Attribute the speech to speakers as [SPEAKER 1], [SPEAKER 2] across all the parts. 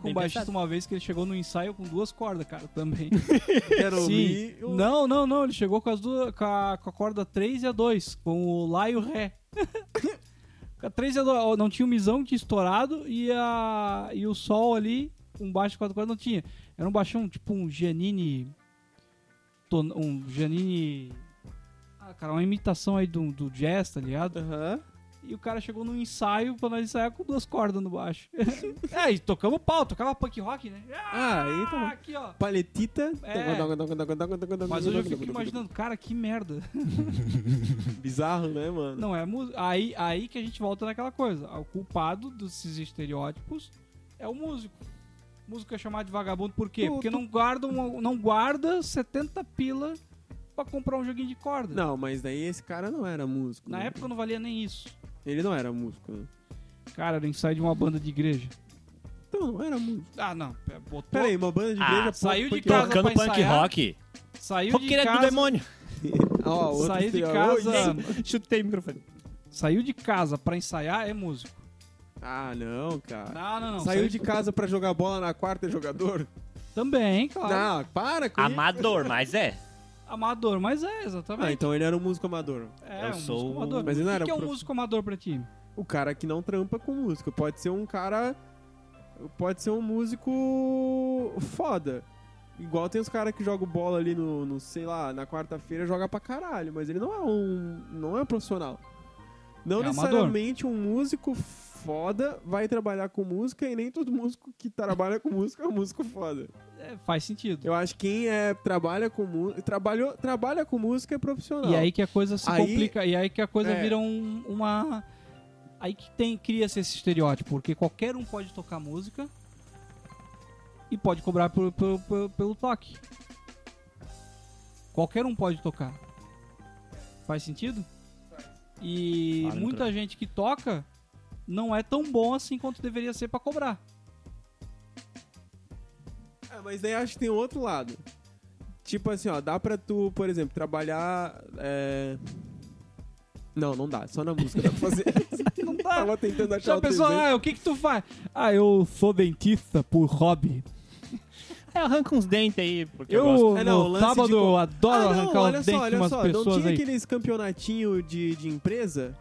[SPEAKER 1] com um baixista uma vez que ele chegou no ensaio com duas cordas, cara, também.
[SPEAKER 2] Quero
[SPEAKER 1] Sim.
[SPEAKER 2] ouvir. o-
[SPEAKER 1] Não, não, não. Ele chegou com, as duas, com, a, com a corda 3 e a 2, com o Lá e o Ré. com a 3 e a 2. ó, Não tinha o Misão que tinha estourado e, a, e o Sol ali, um baixo de 4 cordas, não tinha. Era um baixão, tipo um Giannini... ton- Um Giannini... Ah, cara, uma imitação aí do, do jazz, tá ligado?
[SPEAKER 2] Aham.
[SPEAKER 1] E o cara chegou num ensaio pra nós ensaiar com duas cordas no baixo. é, e tocamos pau, tocava punk rock, né?
[SPEAKER 2] Ah, aí tá tá bom.
[SPEAKER 1] Aqui, ó.
[SPEAKER 2] Paletita.
[SPEAKER 1] É. Mas hoje eu fico imaginando, cara, que merda.
[SPEAKER 2] Bizarro, né, mano?
[SPEAKER 1] Não é música. Aí, aí que a gente volta naquela coisa. O culpado desses estereótipos é o músico. O músico é chamado de vagabundo por quê?
[SPEAKER 2] Tu-
[SPEAKER 1] Porque não guarda, uma- não guarda 70 pila pra comprar um joguinho de corda.
[SPEAKER 2] Não, mas daí esse cara não era músico.
[SPEAKER 1] Na
[SPEAKER 2] né?
[SPEAKER 1] época não valia nem isso.
[SPEAKER 2] Ele não era músico, né?
[SPEAKER 1] Cara, era ensaio de uma banda de igreja.
[SPEAKER 2] Então, não era músico.
[SPEAKER 1] Ah, não. pera, Botou,
[SPEAKER 2] Pera aí, uma banda de
[SPEAKER 1] Ah,
[SPEAKER 2] igreja...
[SPEAKER 1] saiu
[SPEAKER 2] punk
[SPEAKER 1] de casa
[SPEAKER 2] rock.
[SPEAKER 1] pra
[SPEAKER 3] Tocando punk
[SPEAKER 1] ensaiar.
[SPEAKER 3] rock.
[SPEAKER 1] Saiu
[SPEAKER 3] Roqueira
[SPEAKER 1] de
[SPEAKER 3] do
[SPEAKER 1] casa,
[SPEAKER 3] demônio.
[SPEAKER 2] Ó, outro
[SPEAKER 1] saiu de
[SPEAKER 2] teórico.
[SPEAKER 1] casa,
[SPEAKER 3] Chutei o microfone.
[SPEAKER 1] saiu de casa pra ensaiar é músico.
[SPEAKER 2] Ah, não, cara.
[SPEAKER 1] Não, não, não.
[SPEAKER 2] Saiu de casa pra jogar bola na quarta é jogador?
[SPEAKER 1] também, claro.
[SPEAKER 2] Não, para com isso.
[SPEAKER 3] Amador, mas é.
[SPEAKER 1] Amador, mas é,
[SPEAKER 2] Ah,
[SPEAKER 1] exatamente.
[SPEAKER 2] então ele era um músico amador.
[SPEAKER 1] é,
[SPEAKER 3] eu
[SPEAKER 1] um
[SPEAKER 3] sou
[SPEAKER 1] músico amador.
[SPEAKER 3] um-
[SPEAKER 2] Mas ele não
[SPEAKER 1] o que
[SPEAKER 2] era
[SPEAKER 1] que é um
[SPEAKER 2] prof-
[SPEAKER 1] músico amador pra ti?
[SPEAKER 2] O cara que não trampa com música. Pode ser um cara. Pode ser um músico foda. Igual tem os caras que jogam bola ali no, no, sei lá, na quarta-feira joga pra caralho, mas ele não é um. não é um profissional. Não
[SPEAKER 1] É amador.
[SPEAKER 2] necessariamente um músico foda vai trabalhar com música e nem todo músico que trabalha com música é um músico foda.
[SPEAKER 1] É, faz sentido.
[SPEAKER 2] Eu acho que quem é, trabalha com música. Trabalhou, trabalha com música é profissional.
[SPEAKER 1] E aí que a coisa se
[SPEAKER 2] Aí-
[SPEAKER 1] complica, e aí que a coisa
[SPEAKER 2] É.
[SPEAKER 1] vira um- uma. Aí que tem, cria-se esse estereótipo, porque qualquer um pode tocar música e pode cobrar pelo, pelo, pelo, pelo toque. Qualquer um pode tocar. Faz sentido? E
[SPEAKER 3] Fala,
[SPEAKER 1] muita
[SPEAKER 3] microfone.
[SPEAKER 1] gente que toca não é tão bom assim quanto deveria ser pra cobrar.
[SPEAKER 2] É, mas daí acho que tem outro lado. Tipo assim, ó, dá pra tu, por exemplo, trabalhar. é, Não, não dá, só na música dá pra fazer.
[SPEAKER 1] Não dá.
[SPEAKER 2] Tava tentando achar
[SPEAKER 1] Já
[SPEAKER 2] outro
[SPEAKER 1] pensou,
[SPEAKER 2] exemplo.
[SPEAKER 1] ah, o que que tu faz? Ah, eu sou dentista por hobby.
[SPEAKER 3] É, arranca uns dentes aí, porque eu,
[SPEAKER 1] Eu,
[SPEAKER 3] gosto.
[SPEAKER 2] É, não, o
[SPEAKER 1] no
[SPEAKER 2] lance de
[SPEAKER 1] sábado,
[SPEAKER 2] co-
[SPEAKER 1] adoro
[SPEAKER 2] Ah, não,
[SPEAKER 1] arrancar
[SPEAKER 2] olha
[SPEAKER 1] os dentes
[SPEAKER 2] só,
[SPEAKER 1] de
[SPEAKER 2] olha
[SPEAKER 1] umas
[SPEAKER 2] só, não
[SPEAKER 1] pessoas
[SPEAKER 2] tinha
[SPEAKER 1] aí.
[SPEAKER 2] aqueles campeonatinho de, de empresa?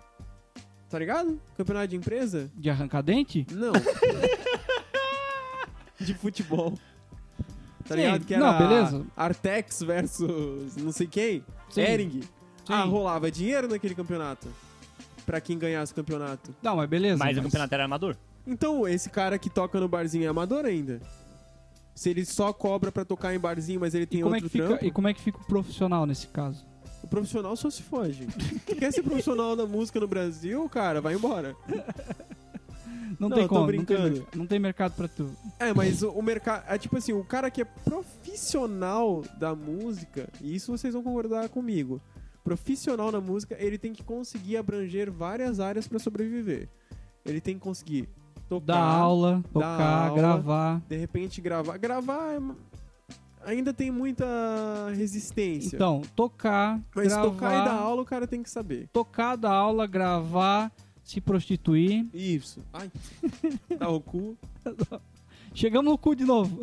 [SPEAKER 2] Tá ligado? Campeonato de empresa?
[SPEAKER 1] De arrancar dente?
[SPEAKER 2] Não. de futebol.
[SPEAKER 1] Sim,
[SPEAKER 2] Tá ligado? Que era
[SPEAKER 1] não, beleza.
[SPEAKER 2] Artex versus não sei quem.
[SPEAKER 1] Sim,
[SPEAKER 2] Ering.
[SPEAKER 1] sim.
[SPEAKER 2] Ah, rolava dinheiro naquele campeonato. Pra quem ganhasse o campeonato.
[SPEAKER 1] Não, mas beleza.
[SPEAKER 3] Mas o campeonato era amador.
[SPEAKER 2] Então, esse cara que toca no barzinho é amador ainda. Se ele só cobra pra tocar em barzinho, mas ele tem
[SPEAKER 1] como é
[SPEAKER 2] outro
[SPEAKER 1] que fica,
[SPEAKER 2] trampo,
[SPEAKER 1] E como é que fica o profissional nesse caso?
[SPEAKER 2] o profissional só se foge. Tu quer ser profissional da música no Brasil, cara, vai embora.
[SPEAKER 1] Não,
[SPEAKER 2] Não,
[SPEAKER 1] tem
[SPEAKER 2] eu tô
[SPEAKER 1] como, Não,
[SPEAKER 2] brincando.
[SPEAKER 1] tem, merca- não tem mercado pra tu.
[SPEAKER 2] É, mas o, mercado. É tipo assim, o cara que é profissional da música, e isso vocês vão concordar comigo. Profissional na música, ele tem que conseguir abranger várias áreas pra sobreviver. Ele tem que conseguir tocar,
[SPEAKER 1] Dar aula, tocar,
[SPEAKER 2] aula.
[SPEAKER 1] gravar.
[SPEAKER 2] de repente gravar. Gravar é- ainda tem muita resistência.
[SPEAKER 1] Então, tocar,
[SPEAKER 2] Mas
[SPEAKER 1] gravar,
[SPEAKER 2] tocar e dar aula o cara tem que saber.
[SPEAKER 1] tocar, dar aula, gravar, se prostituir.
[SPEAKER 2] Isso. Ai. Dá o cu.
[SPEAKER 1] Chegamos no cu de novo.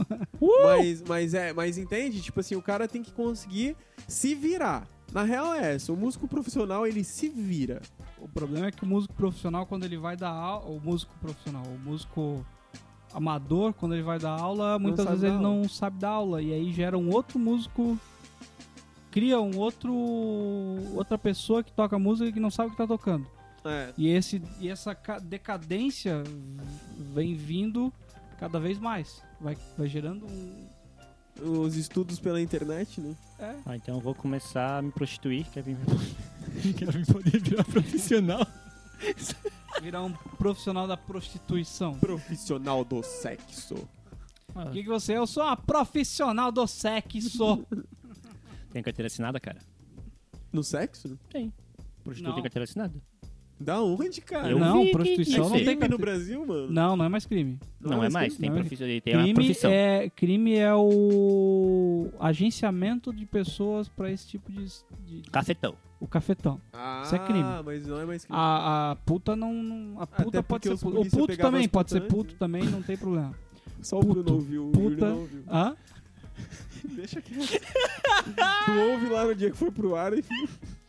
[SPEAKER 2] Mas, mas é, mas entende? Tipo assim, o cara tem que conseguir se virar. Na real é essa, o músico profissional ele se vira.
[SPEAKER 1] O problema é que o músico profissional, quando ele vai dar aula, o músico profissional, o músico amador, quando ele vai dar aula, muitas
[SPEAKER 2] sabe
[SPEAKER 1] vezes
[SPEAKER 2] dar
[SPEAKER 1] ele
[SPEAKER 2] aula.
[SPEAKER 1] não sabe dar aula. E aí gera um outro músico, cria um outro. outra pessoa que toca música que não sabe o que tá tocando.
[SPEAKER 2] É.
[SPEAKER 1] E, esse, e essa ca- decadência vem vindo cada vez mais. Vai, vai gerando um.
[SPEAKER 2] Os estudos pela internet, né?
[SPEAKER 1] É.
[SPEAKER 3] Ah, então eu vou começar a me prostituir, quer vir, quer vir poder virar profissional.
[SPEAKER 1] Virar um profissional da prostituição.
[SPEAKER 2] Profissional do sexo.
[SPEAKER 1] O que, que você é? Eu sou uma profissional do sexo.
[SPEAKER 3] Tem carteira assinada, cara?
[SPEAKER 2] No sexo?
[SPEAKER 3] Tem. Prostituta
[SPEAKER 1] Não.
[SPEAKER 3] tem carteira assinada?
[SPEAKER 2] Da onde, cara?
[SPEAKER 3] Eu
[SPEAKER 1] não,
[SPEAKER 3] vi que-
[SPEAKER 1] prostituição não
[SPEAKER 3] que sei.
[SPEAKER 1] tem
[SPEAKER 2] Crime no
[SPEAKER 1] carteira.
[SPEAKER 2] Brasil, mano?
[SPEAKER 1] Não, não é mais crime.
[SPEAKER 3] Não, é mais, tem,
[SPEAKER 1] não é mais.
[SPEAKER 3] profissão, tem uma
[SPEAKER 1] crime
[SPEAKER 3] profissão.
[SPEAKER 1] é crime é o agenciamento de pessoas pra esse tipo de, de- de-
[SPEAKER 3] Cafetão.
[SPEAKER 1] o cafetão.
[SPEAKER 2] Ah,
[SPEAKER 1] Isso é crime. Ah,
[SPEAKER 2] mas não é mais crime.
[SPEAKER 1] A, a puta não, não- a puta
[SPEAKER 2] Até
[SPEAKER 1] pode
[SPEAKER 2] porque
[SPEAKER 1] ser
[SPEAKER 2] os
[SPEAKER 1] puta. O
[SPEAKER 2] polícia
[SPEAKER 1] puto
[SPEAKER 2] pegavam
[SPEAKER 1] também
[SPEAKER 2] as
[SPEAKER 1] pode ser
[SPEAKER 2] putas né?
[SPEAKER 1] puto
[SPEAKER 2] antes,
[SPEAKER 1] também, não tem problema.
[SPEAKER 2] Só o Bruno
[SPEAKER 1] Puto,
[SPEAKER 2] ouviu, o
[SPEAKER 1] puta.
[SPEAKER 2] Júlio não ouviu.
[SPEAKER 1] Hã?
[SPEAKER 2] Deixa quieto. tu ouve lá no dia que foi pro ar e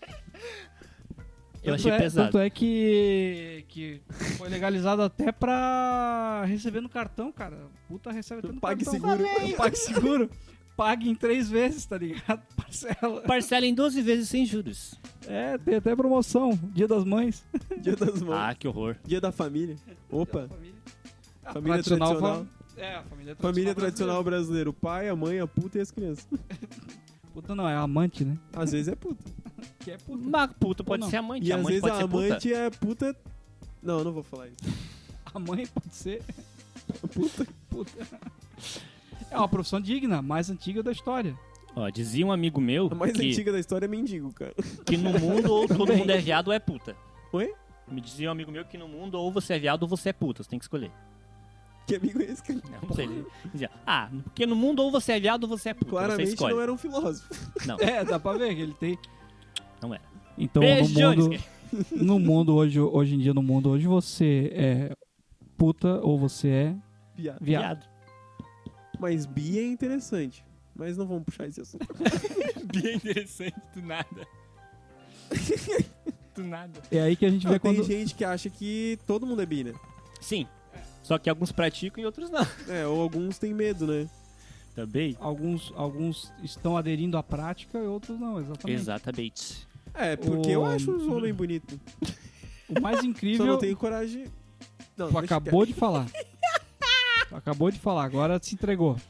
[SPEAKER 3] Eu
[SPEAKER 1] Tanto
[SPEAKER 3] achei
[SPEAKER 1] é-
[SPEAKER 3] pesado.
[SPEAKER 1] Tanto é que, que foi legalizado até pra receber no cartão, cara. Puta recebe até no
[SPEAKER 2] pague
[SPEAKER 1] cartão.
[SPEAKER 2] seguro.
[SPEAKER 1] Pague seguro. Pague em três vezes, tá ligado? Parcela.
[SPEAKER 3] Parcela em 12 vezes sem juros.
[SPEAKER 1] É, tem até promoção. Dia das mães.
[SPEAKER 2] Dia das mãos.
[SPEAKER 3] Ah, que horror.
[SPEAKER 2] Dia da família. Opa.
[SPEAKER 1] Família, Ah,
[SPEAKER 2] Família tradicional.
[SPEAKER 1] fa- É, a família tradicional.
[SPEAKER 2] Família
[SPEAKER 1] brasileira.
[SPEAKER 2] tradicional brasileira. O pai, a mãe, a puta e as crianças.
[SPEAKER 1] Puta não, é amante, né?
[SPEAKER 2] Às vezes é puta.
[SPEAKER 1] Que é puta.
[SPEAKER 3] Uma puta pode
[SPEAKER 1] não.
[SPEAKER 3] ser amante,
[SPEAKER 2] E às
[SPEAKER 3] amante
[SPEAKER 2] vezes
[SPEAKER 3] pode
[SPEAKER 2] a
[SPEAKER 3] ser puta.
[SPEAKER 2] amante é puta. Não, não vou falar isso.
[SPEAKER 1] A mãe pode ser. Puta. Puta. É uma profissão digna, mais antiga da história.
[SPEAKER 3] Ó, dizia um amigo meu
[SPEAKER 2] A mais
[SPEAKER 3] que,
[SPEAKER 2] antiga da história é mendigo, cara.
[SPEAKER 3] que no mundo ou todo mundo é viado ou é puta.
[SPEAKER 2] Oi?
[SPEAKER 3] Me dizia um amigo meu que no mundo ou você é viado ou você é puta, você tem que escolher.
[SPEAKER 2] Que amigo é esse, cara?
[SPEAKER 3] Não sei, ele dizia, ah, porque no mundo ou você é viado ou você é puta, você
[SPEAKER 2] Claramente
[SPEAKER 3] escolhe.
[SPEAKER 2] não era um filósofo.
[SPEAKER 1] É, dá pra ver que ele tem.
[SPEAKER 3] Não era.
[SPEAKER 1] Então,
[SPEAKER 3] Beijo,
[SPEAKER 1] no mundo,
[SPEAKER 3] Jones.
[SPEAKER 1] no mundo hoje, hoje em dia, no mundo hoje, você é puta ou você é
[SPEAKER 2] Piada.
[SPEAKER 1] viado.
[SPEAKER 2] Mas bi é interessante. Mas não vamos puxar esse assunto.
[SPEAKER 3] Bem interessante, do nada. do nada.
[SPEAKER 1] É aí que a gente
[SPEAKER 2] Ah,
[SPEAKER 1] vê
[SPEAKER 2] tem
[SPEAKER 1] quando.
[SPEAKER 2] gente que acha que todo mundo é bi, né?
[SPEAKER 3] Sim. Só que alguns praticam e outros não.
[SPEAKER 2] É, ou alguns têm medo, né?
[SPEAKER 3] Também?
[SPEAKER 1] Alguns, alguns estão aderindo à prática e outros não, exatamente.
[SPEAKER 3] Exatamente.
[SPEAKER 2] É, porque eu
[SPEAKER 1] O-
[SPEAKER 2] acho os homens bonitos.
[SPEAKER 1] O mais
[SPEAKER 2] Só não
[SPEAKER 1] incrível.
[SPEAKER 2] tenho coragem. Não,
[SPEAKER 1] Tu
[SPEAKER 2] deixa
[SPEAKER 1] acabou de falar. Tu acabou de falar, agora se entregou.
[SPEAKER 2] quieto.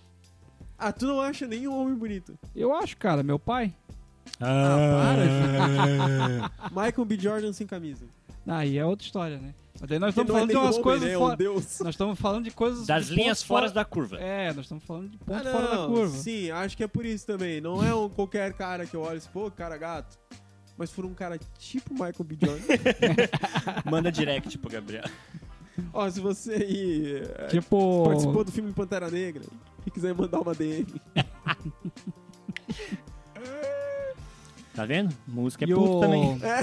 [SPEAKER 2] Ah, tu não acha nenhum homem bonito.
[SPEAKER 1] Eu acho, cara, meu pai.
[SPEAKER 3] Ah,
[SPEAKER 2] Michael B. Jordan sem camisa.
[SPEAKER 1] Aí é outra história, né? Mas daí nós
[SPEAKER 2] Que
[SPEAKER 1] estamos
[SPEAKER 2] não é
[SPEAKER 1] falando de
[SPEAKER 2] nem
[SPEAKER 1] umas
[SPEAKER 2] homem,
[SPEAKER 1] coisas
[SPEAKER 2] né? É um
[SPEAKER 1] fora.
[SPEAKER 2] deus.
[SPEAKER 1] Nós estamos falando de coisas.
[SPEAKER 3] Das
[SPEAKER 1] de
[SPEAKER 3] linhas
[SPEAKER 1] pontos
[SPEAKER 3] fora da curva.
[SPEAKER 1] É, nós estamos falando de ponto
[SPEAKER 2] Ah,
[SPEAKER 1] fora da
[SPEAKER 2] não,
[SPEAKER 1] curva.
[SPEAKER 2] Sim, acho que é por isso também. Não é um qualquer cara que eu olho e pô, cara gato. Mas for um cara tipo Michael B. Jordan.
[SPEAKER 3] Manda direct pro Gabriel.
[SPEAKER 2] Ó, se você aí é,
[SPEAKER 1] Tipo.
[SPEAKER 2] participou do filme Pantera Negra e quiser mandar uma DM.
[SPEAKER 3] Tá vendo? Música é
[SPEAKER 1] e o-
[SPEAKER 3] puta também.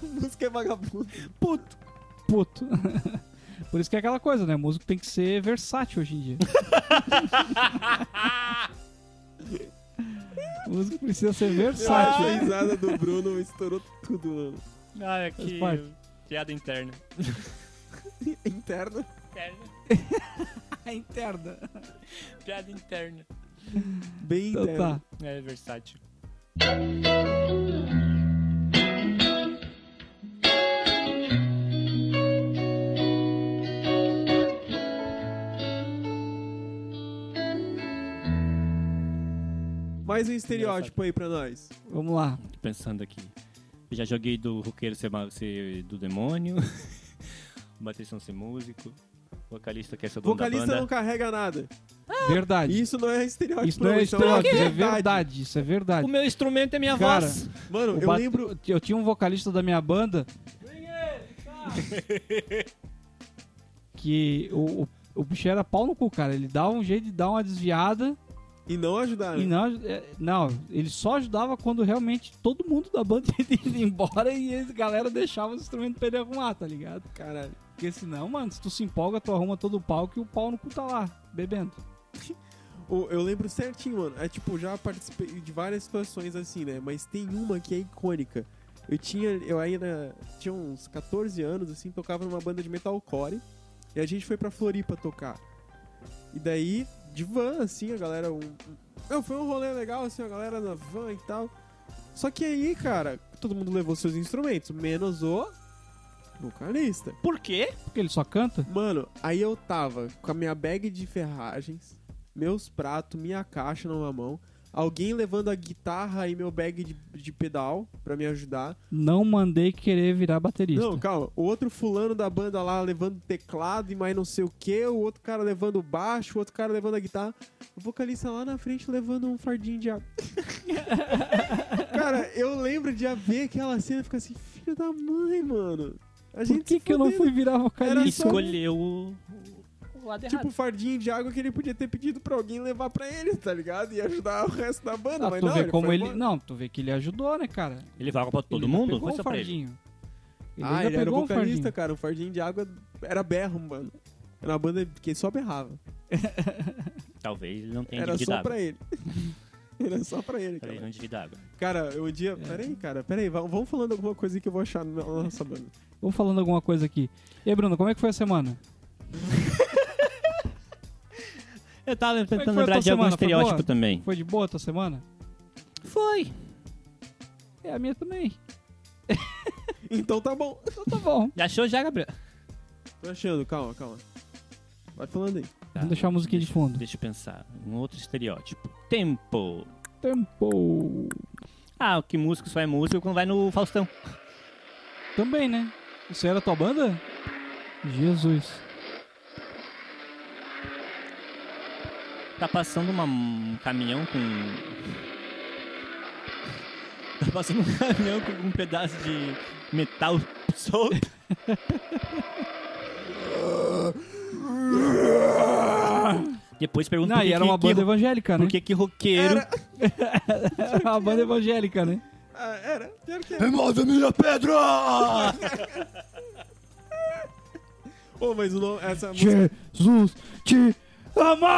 [SPEAKER 2] É, música é vagabundo. É Puto.
[SPEAKER 1] Puto. Por isso que é aquela coisa, né? Músico tem que ser versátil hoje em dia. Músico precisa ser
[SPEAKER 2] Sabe, a
[SPEAKER 1] versátil.
[SPEAKER 2] risada do Bruno estourou tudo, mano.
[SPEAKER 3] Ah, é
[SPEAKER 1] Faz
[SPEAKER 3] que...
[SPEAKER 1] parte.
[SPEAKER 3] Piada interna.
[SPEAKER 2] Interna.
[SPEAKER 3] Interna.
[SPEAKER 1] A interna.
[SPEAKER 3] Piada interna.
[SPEAKER 2] Bem
[SPEAKER 1] Então
[SPEAKER 2] interna.
[SPEAKER 1] tá.
[SPEAKER 3] É versátil.
[SPEAKER 2] Mais um estereótipo aí pra nós.
[SPEAKER 1] Vamos lá.
[SPEAKER 3] Tô pensando aqui. Eu já joguei do roqueiro ser, ma- ser do demônio. Baterista não ser músico. Vocalista quer ser dono da
[SPEAKER 2] Vocalista
[SPEAKER 3] banda. é-
[SPEAKER 2] não carrega nada.
[SPEAKER 1] Verdade.
[SPEAKER 2] Ah, Isso não é estereótipo.
[SPEAKER 1] Isso não é
[SPEAKER 2] isso uma
[SPEAKER 1] estereótipo, é verdade. Isso é verdade.
[SPEAKER 3] O meu instrumento é minha
[SPEAKER 1] Cara,
[SPEAKER 3] voz.
[SPEAKER 2] Mano,
[SPEAKER 1] O
[SPEAKER 2] eu
[SPEAKER 1] bat-
[SPEAKER 2] lembro.
[SPEAKER 1] Eu tinha um vocalista da minha banda. que o, o, o bicho era pau no cu, cara. Ele dava um jeito de dar uma desviada.
[SPEAKER 2] E não ajudar, né?
[SPEAKER 1] E não, é, não, ele só ajudava quando realmente todo mundo da banda ia indo embora e a galera deixava os instrumentos pra ele arrumar, tá ligado?
[SPEAKER 2] Caralho.
[SPEAKER 1] Porque senão, mano, se tu se empolga, tu arruma todo o palco e o pau no cu tá lá, bebendo.
[SPEAKER 2] O- Eu lembro certinho, mano. É tipo, já participei de várias situações assim, né? Mas tem uma que é icônica. Eu tinha, eu ainda tinha uns 14 anos, assim, tocava numa banda de metalcore. E a gente foi pra Floripa tocar. E daí, de van, assim, a galera. Um, um- não, foi um rolê legal, assim, a galera na van e tal. Só que aí, cara, todo mundo levou seus instrumentos, menos o vocalista.
[SPEAKER 3] Por quê?
[SPEAKER 1] Porque ele só canta?
[SPEAKER 2] Mano, aí eu tava com a minha bag de ferragens, meus pratos, minha caixa numa mão, alguém levando a guitarra e meu bag de, de pedal pra me ajudar.
[SPEAKER 1] Não mandei querer virar baterista.
[SPEAKER 2] Não, calma. O outro fulano da banda lá levando teclado e mais não sei o que, o outro cara levando baixo, o outro cara levando a guitarra. O vocalista lá na frente levando um fardinho de água. cara, eu lembro de ver aquela cena e ficar assim, filho da mãe, mano. A gente
[SPEAKER 1] Por que,
[SPEAKER 2] se
[SPEAKER 1] que eu não
[SPEAKER 2] fudendo.
[SPEAKER 1] fui virar vocalista?
[SPEAKER 2] Era só-
[SPEAKER 3] Escolheu o, o
[SPEAKER 1] É
[SPEAKER 3] lado
[SPEAKER 2] Tipo,
[SPEAKER 3] errado.
[SPEAKER 2] o fardinho de água que ele podia ter pedido pra alguém levar pra ele, tá ligado? E ajudar o resto da banda,
[SPEAKER 1] Ah,
[SPEAKER 2] mas
[SPEAKER 1] tu
[SPEAKER 2] não,
[SPEAKER 1] vê
[SPEAKER 2] ele
[SPEAKER 1] como
[SPEAKER 2] foi
[SPEAKER 1] ele.
[SPEAKER 2] embora.
[SPEAKER 1] Não, tu vê que ele ajudou, né, cara?
[SPEAKER 3] Ele vai pra todo
[SPEAKER 1] Ele já
[SPEAKER 3] mundo?
[SPEAKER 1] pegou
[SPEAKER 3] Foi
[SPEAKER 1] um
[SPEAKER 3] só pra ele.
[SPEAKER 1] fardinho. Ele
[SPEAKER 2] ah,
[SPEAKER 1] já
[SPEAKER 2] ele era
[SPEAKER 1] pegou um
[SPEAKER 2] vocalista,
[SPEAKER 1] fardinho.
[SPEAKER 2] cara. O fardinho de água era berro, mano. Era uma banda que só berrava.
[SPEAKER 3] Talvez ele não tenha
[SPEAKER 2] Era
[SPEAKER 3] dívida
[SPEAKER 2] só
[SPEAKER 3] d'água.
[SPEAKER 2] pra ele. Era só pra ele,
[SPEAKER 3] Talvez
[SPEAKER 2] cara.
[SPEAKER 3] não
[SPEAKER 1] né?
[SPEAKER 3] dívida d'água.
[SPEAKER 2] Cara,
[SPEAKER 1] É.
[SPEAKER 2] eu um dia. Peraí, cara, peraí. va- Vamos falando alguma coisa aí que eu vou achar na nossa banda.
[SPEAKER 1] Vou falando alguma coisa aqui. E aí, Bruno, como é que foi a semana?
[SPEAKER 3] Eu tava
[SPEAKER 1] que foi a
[SPEAKER 3] tentando
[SPEAKER 1] tua
[SPEAKER 3] lembrar de algum
[SPEAKER 1] semana? Foi
[SPEAKER 3] estereótipo
[SPEAKER 1] boa?
[SPEAKER 3] também.
[SPEAKER 1] Foi de boa a tua semana?
[SPEAKER 3] Foi.
[SPEAKER 1] É, a minha também.
[SPEAKER 2] Então tá bom.
[SPEAKER 1] Então tá bom.
[SPEAKER 3] Já achou já, Gabriel?
[SPEAKER 2] Tô achando, calma, calma. Vai falando aí.
[SPEAKER 3] Tá,
[SPEAKER 1] Vamos deixar a musiquinha de
[SPEAKER 3] deixa-
[SPEAKER 1] fundo.
[SPEAKER 3] Deixa eu pensar. Um outro estereótipo. Tempo.
[SPEAKER 1] Tempo.
[SPEAKER 3] Ah, que músico só é músico quando vai no Faustão.
[SPEAKER 1] Também, né? Isso era tua banda? Jesus.
[SPEAKER 3] Tá passando uma- um caminhão com. Tá passando um caminhão com um pedaço de metal solto. Depois pergunta
[SPEAKER 1] Não,
[SPEAKER 3] por
[SPEAKER 1] e
[SPEAKER 3] que
[SPEAKER 1] era uma
[SPEAKER 3] que,
[SPEAKER 1] banda evangélica, né?
[SPEAKER 3] Por que que roqueiro...
[SPEAKER 1] Era uma banda evangélica, né?
[SPEAKER 2] Ah, era. Pior que era.
[SPEAKER 3] Remove minha pedra!
[SPEAKER 2] Ô, mas o nome, essa música.
[SPEAKER 1] Jesus te ama!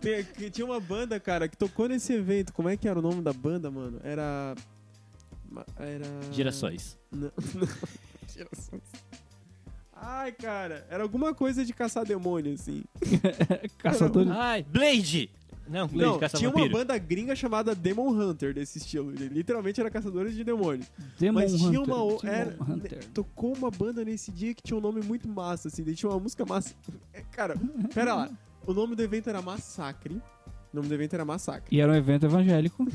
[SPEAKER 2] Tem- que tinha uma banda, cara, que tocou nesse evento. Como é que era o nome da banda, mano? Era. Ma- Era.
[SPEAKER 3] Girassóis.
[SPEAKER 2] Não, não. Girassóis. Ai, cara, era alguma coisa de caçar demônio, assim.
[SPEAKER 1] Caçadores.
[SPEAKER 2] Ah,
[SPEAKER 3] Ai, Blade! Não, Blade,
[SPEAKER 2] Não,
[SPEAKER 3] caça
[SPEAKER 2] tinha uma
[SPEAKER 3] vampiro.
[SPEAKER 2] banda gringa chamada Demon Hunter desse estilo. Ele Literalmente era caçadores de demônios.
[SPEAKER 1] Demon
[SPEAKER 2] Mas tinha
[SPEAKER 1] Hunter,
[SPEAKER 2] uma. o-
[SPEAKER 1] Demon
[SPEAKER 2] era-
[SPEAKER 1] Hunter.
[SPEAKER 2] Tocou uma banda nesse dia que tinha um nome muito massa, assim. daí Tinha uma música massa. É, Cara, pera lá. O nome do evento era Massacre. O nome do evento era Massacre.
[SPEAKER 1] E era um evento evangélico.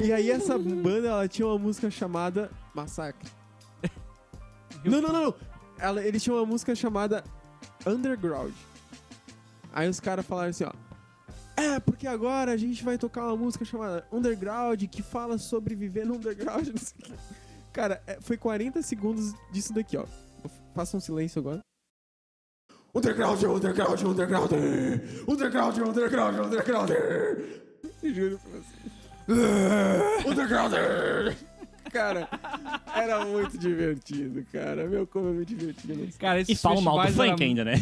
[SPEAKER 2] E aí essa banda, ela tinha uma música chamada Massacre. não, não, não, não. Ela, eles tinham uma música chamada Underground. Aí os caras falaram assim, ó. É, porque agora a gente vai tocar uma música chamada Underground, que fala sobre viver no underground. não sei o quê. Cara, é, foi 40 segundos disso daqui, ó. Faça um silêncio agora. Underground, underground, underground. Underground, underground, underground. Juro pra você. Underground! Cara, era muito divertido, cara. Meu, como eu me diverti nesse.
[SPEAKER 1] Cara, esses
[SPEAKER 3] E fala mal do
[SPEAKER 1] festivais
[SPEAKER 3] funk
[SPEAKER 1] era-
[SPEAKER 3] ainda, né?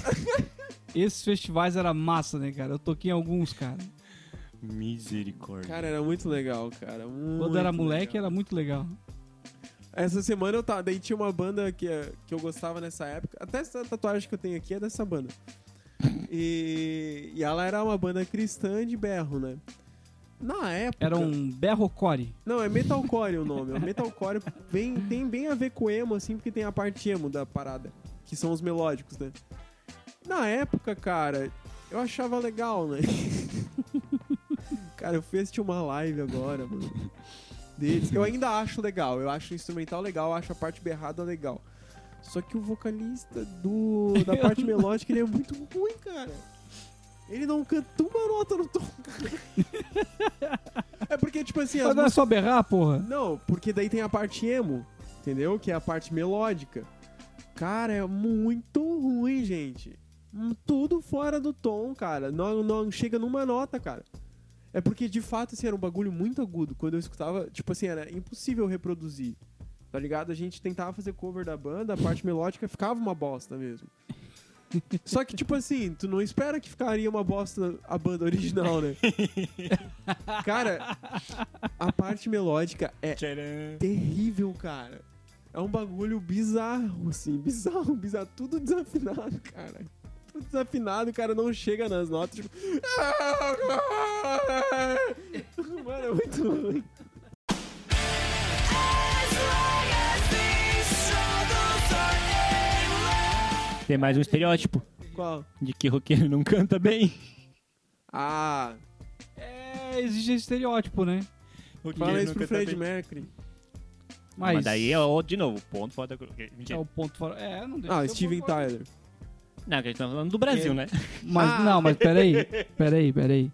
[SPEAKER 1] Esses festivais era massa, né, cara? Eu toquei em alguns, cara.
[SPEAKER 3] Misericórdia.
[SPEAKER 2] Cara, era muito legal, cara. Muito
[SPEAKER 1] Quando era moleque
[SPEAKER 2] legal.
[SPEAKER 1] era muito legal.
[SPEAKER 2] Essa semana eu tava. Daí tinha uma banda que, que eu gostava nessa época. Até essa tatuagem que eu tenho aqui é dessa banda. E, e ela era uma banda cristã de berro, né? Na época.
[SPEAKER 1] Era um berrocore.
[SPEAKER 2] Não, é metalcore o nome. O metalcore vem, tem bem a ver com emo, assim, porque tem a parte emo da parada, que são os melódicos, né? Na época, cara, eu achava legal, né? cara, eu fui assistir uma live agora, mano. Deles. Eu ainda acho legal, eu acho o instrumental legal, eu acho a parte berrada legal. Só que o vocalista do, da parte melódica, ele é muito ruim, cara. Ele não canta uma nota no tom, cara. É porque, tipo assim, as
[SPEAKER 1] Mas não é só berrar, porra.
[SPEAKER 2] não, porque daí tem a parte emo, entendeu? Que é a parte melódica. Cara, é muito ruim, gente. Hum, Tudo fora do tom, cara. Não, não chega numa nota, cara. É porque, de fato, assim, era um bagulho muito agudo. Quando eu escutava, tipo assim, era impossível reproduzir. Tá ligado? A gente tentava fazer cover da banda, a parte melódica ficava uma bosta mesmo. Só que, tipo assim, tu não espera que ficaria uma bosta a banda original, né? Cara, a parte melódica é
[SPEAKER 3] Tcharam.
[SPEAKER 2] terrível, cara. É um bagulho bizarro, assim, bizarro, bizarro, tudo desafinado, cara. Tudo desafinado, o cara não chega nas notas, tipo. Mano, é muito ruim.
[SPEAKER 3] Tem mais um estereótipo
[SPEAKER 2] Qual?
[SPEAKER 3] de que roqueiro não canta bem.
[SPEAKER 2] Ah,
[SPEAKER 1] É, existe esse estereótipo, né?
[SPEAKER 2] fala isso pro Fred Mercury.
[SPEAKER 1] Mas,
[SPEAKER 3] Mas daí é, o- de novo, ponto fora da...
[SPEAKER 1] é
[SPEAKER 3] Mentira.
[SPEAKER 1] o ponto fora. É, não deixa de
[SPEAKER 2] Ah,
[SPEAKER 1] ser o
[SPEAKER 2] Steven
[SPEAKER 1] ponto fora.
[SPEAKER 2] Tyler.
[SPEAKER 3] Não, que a gente tá falando do Brasil, né?
[SPEAKER 1] Mas
[SPEAKER 2] Ah.
[SPEAKER 1] não, mas peraí. Peraí, peraí.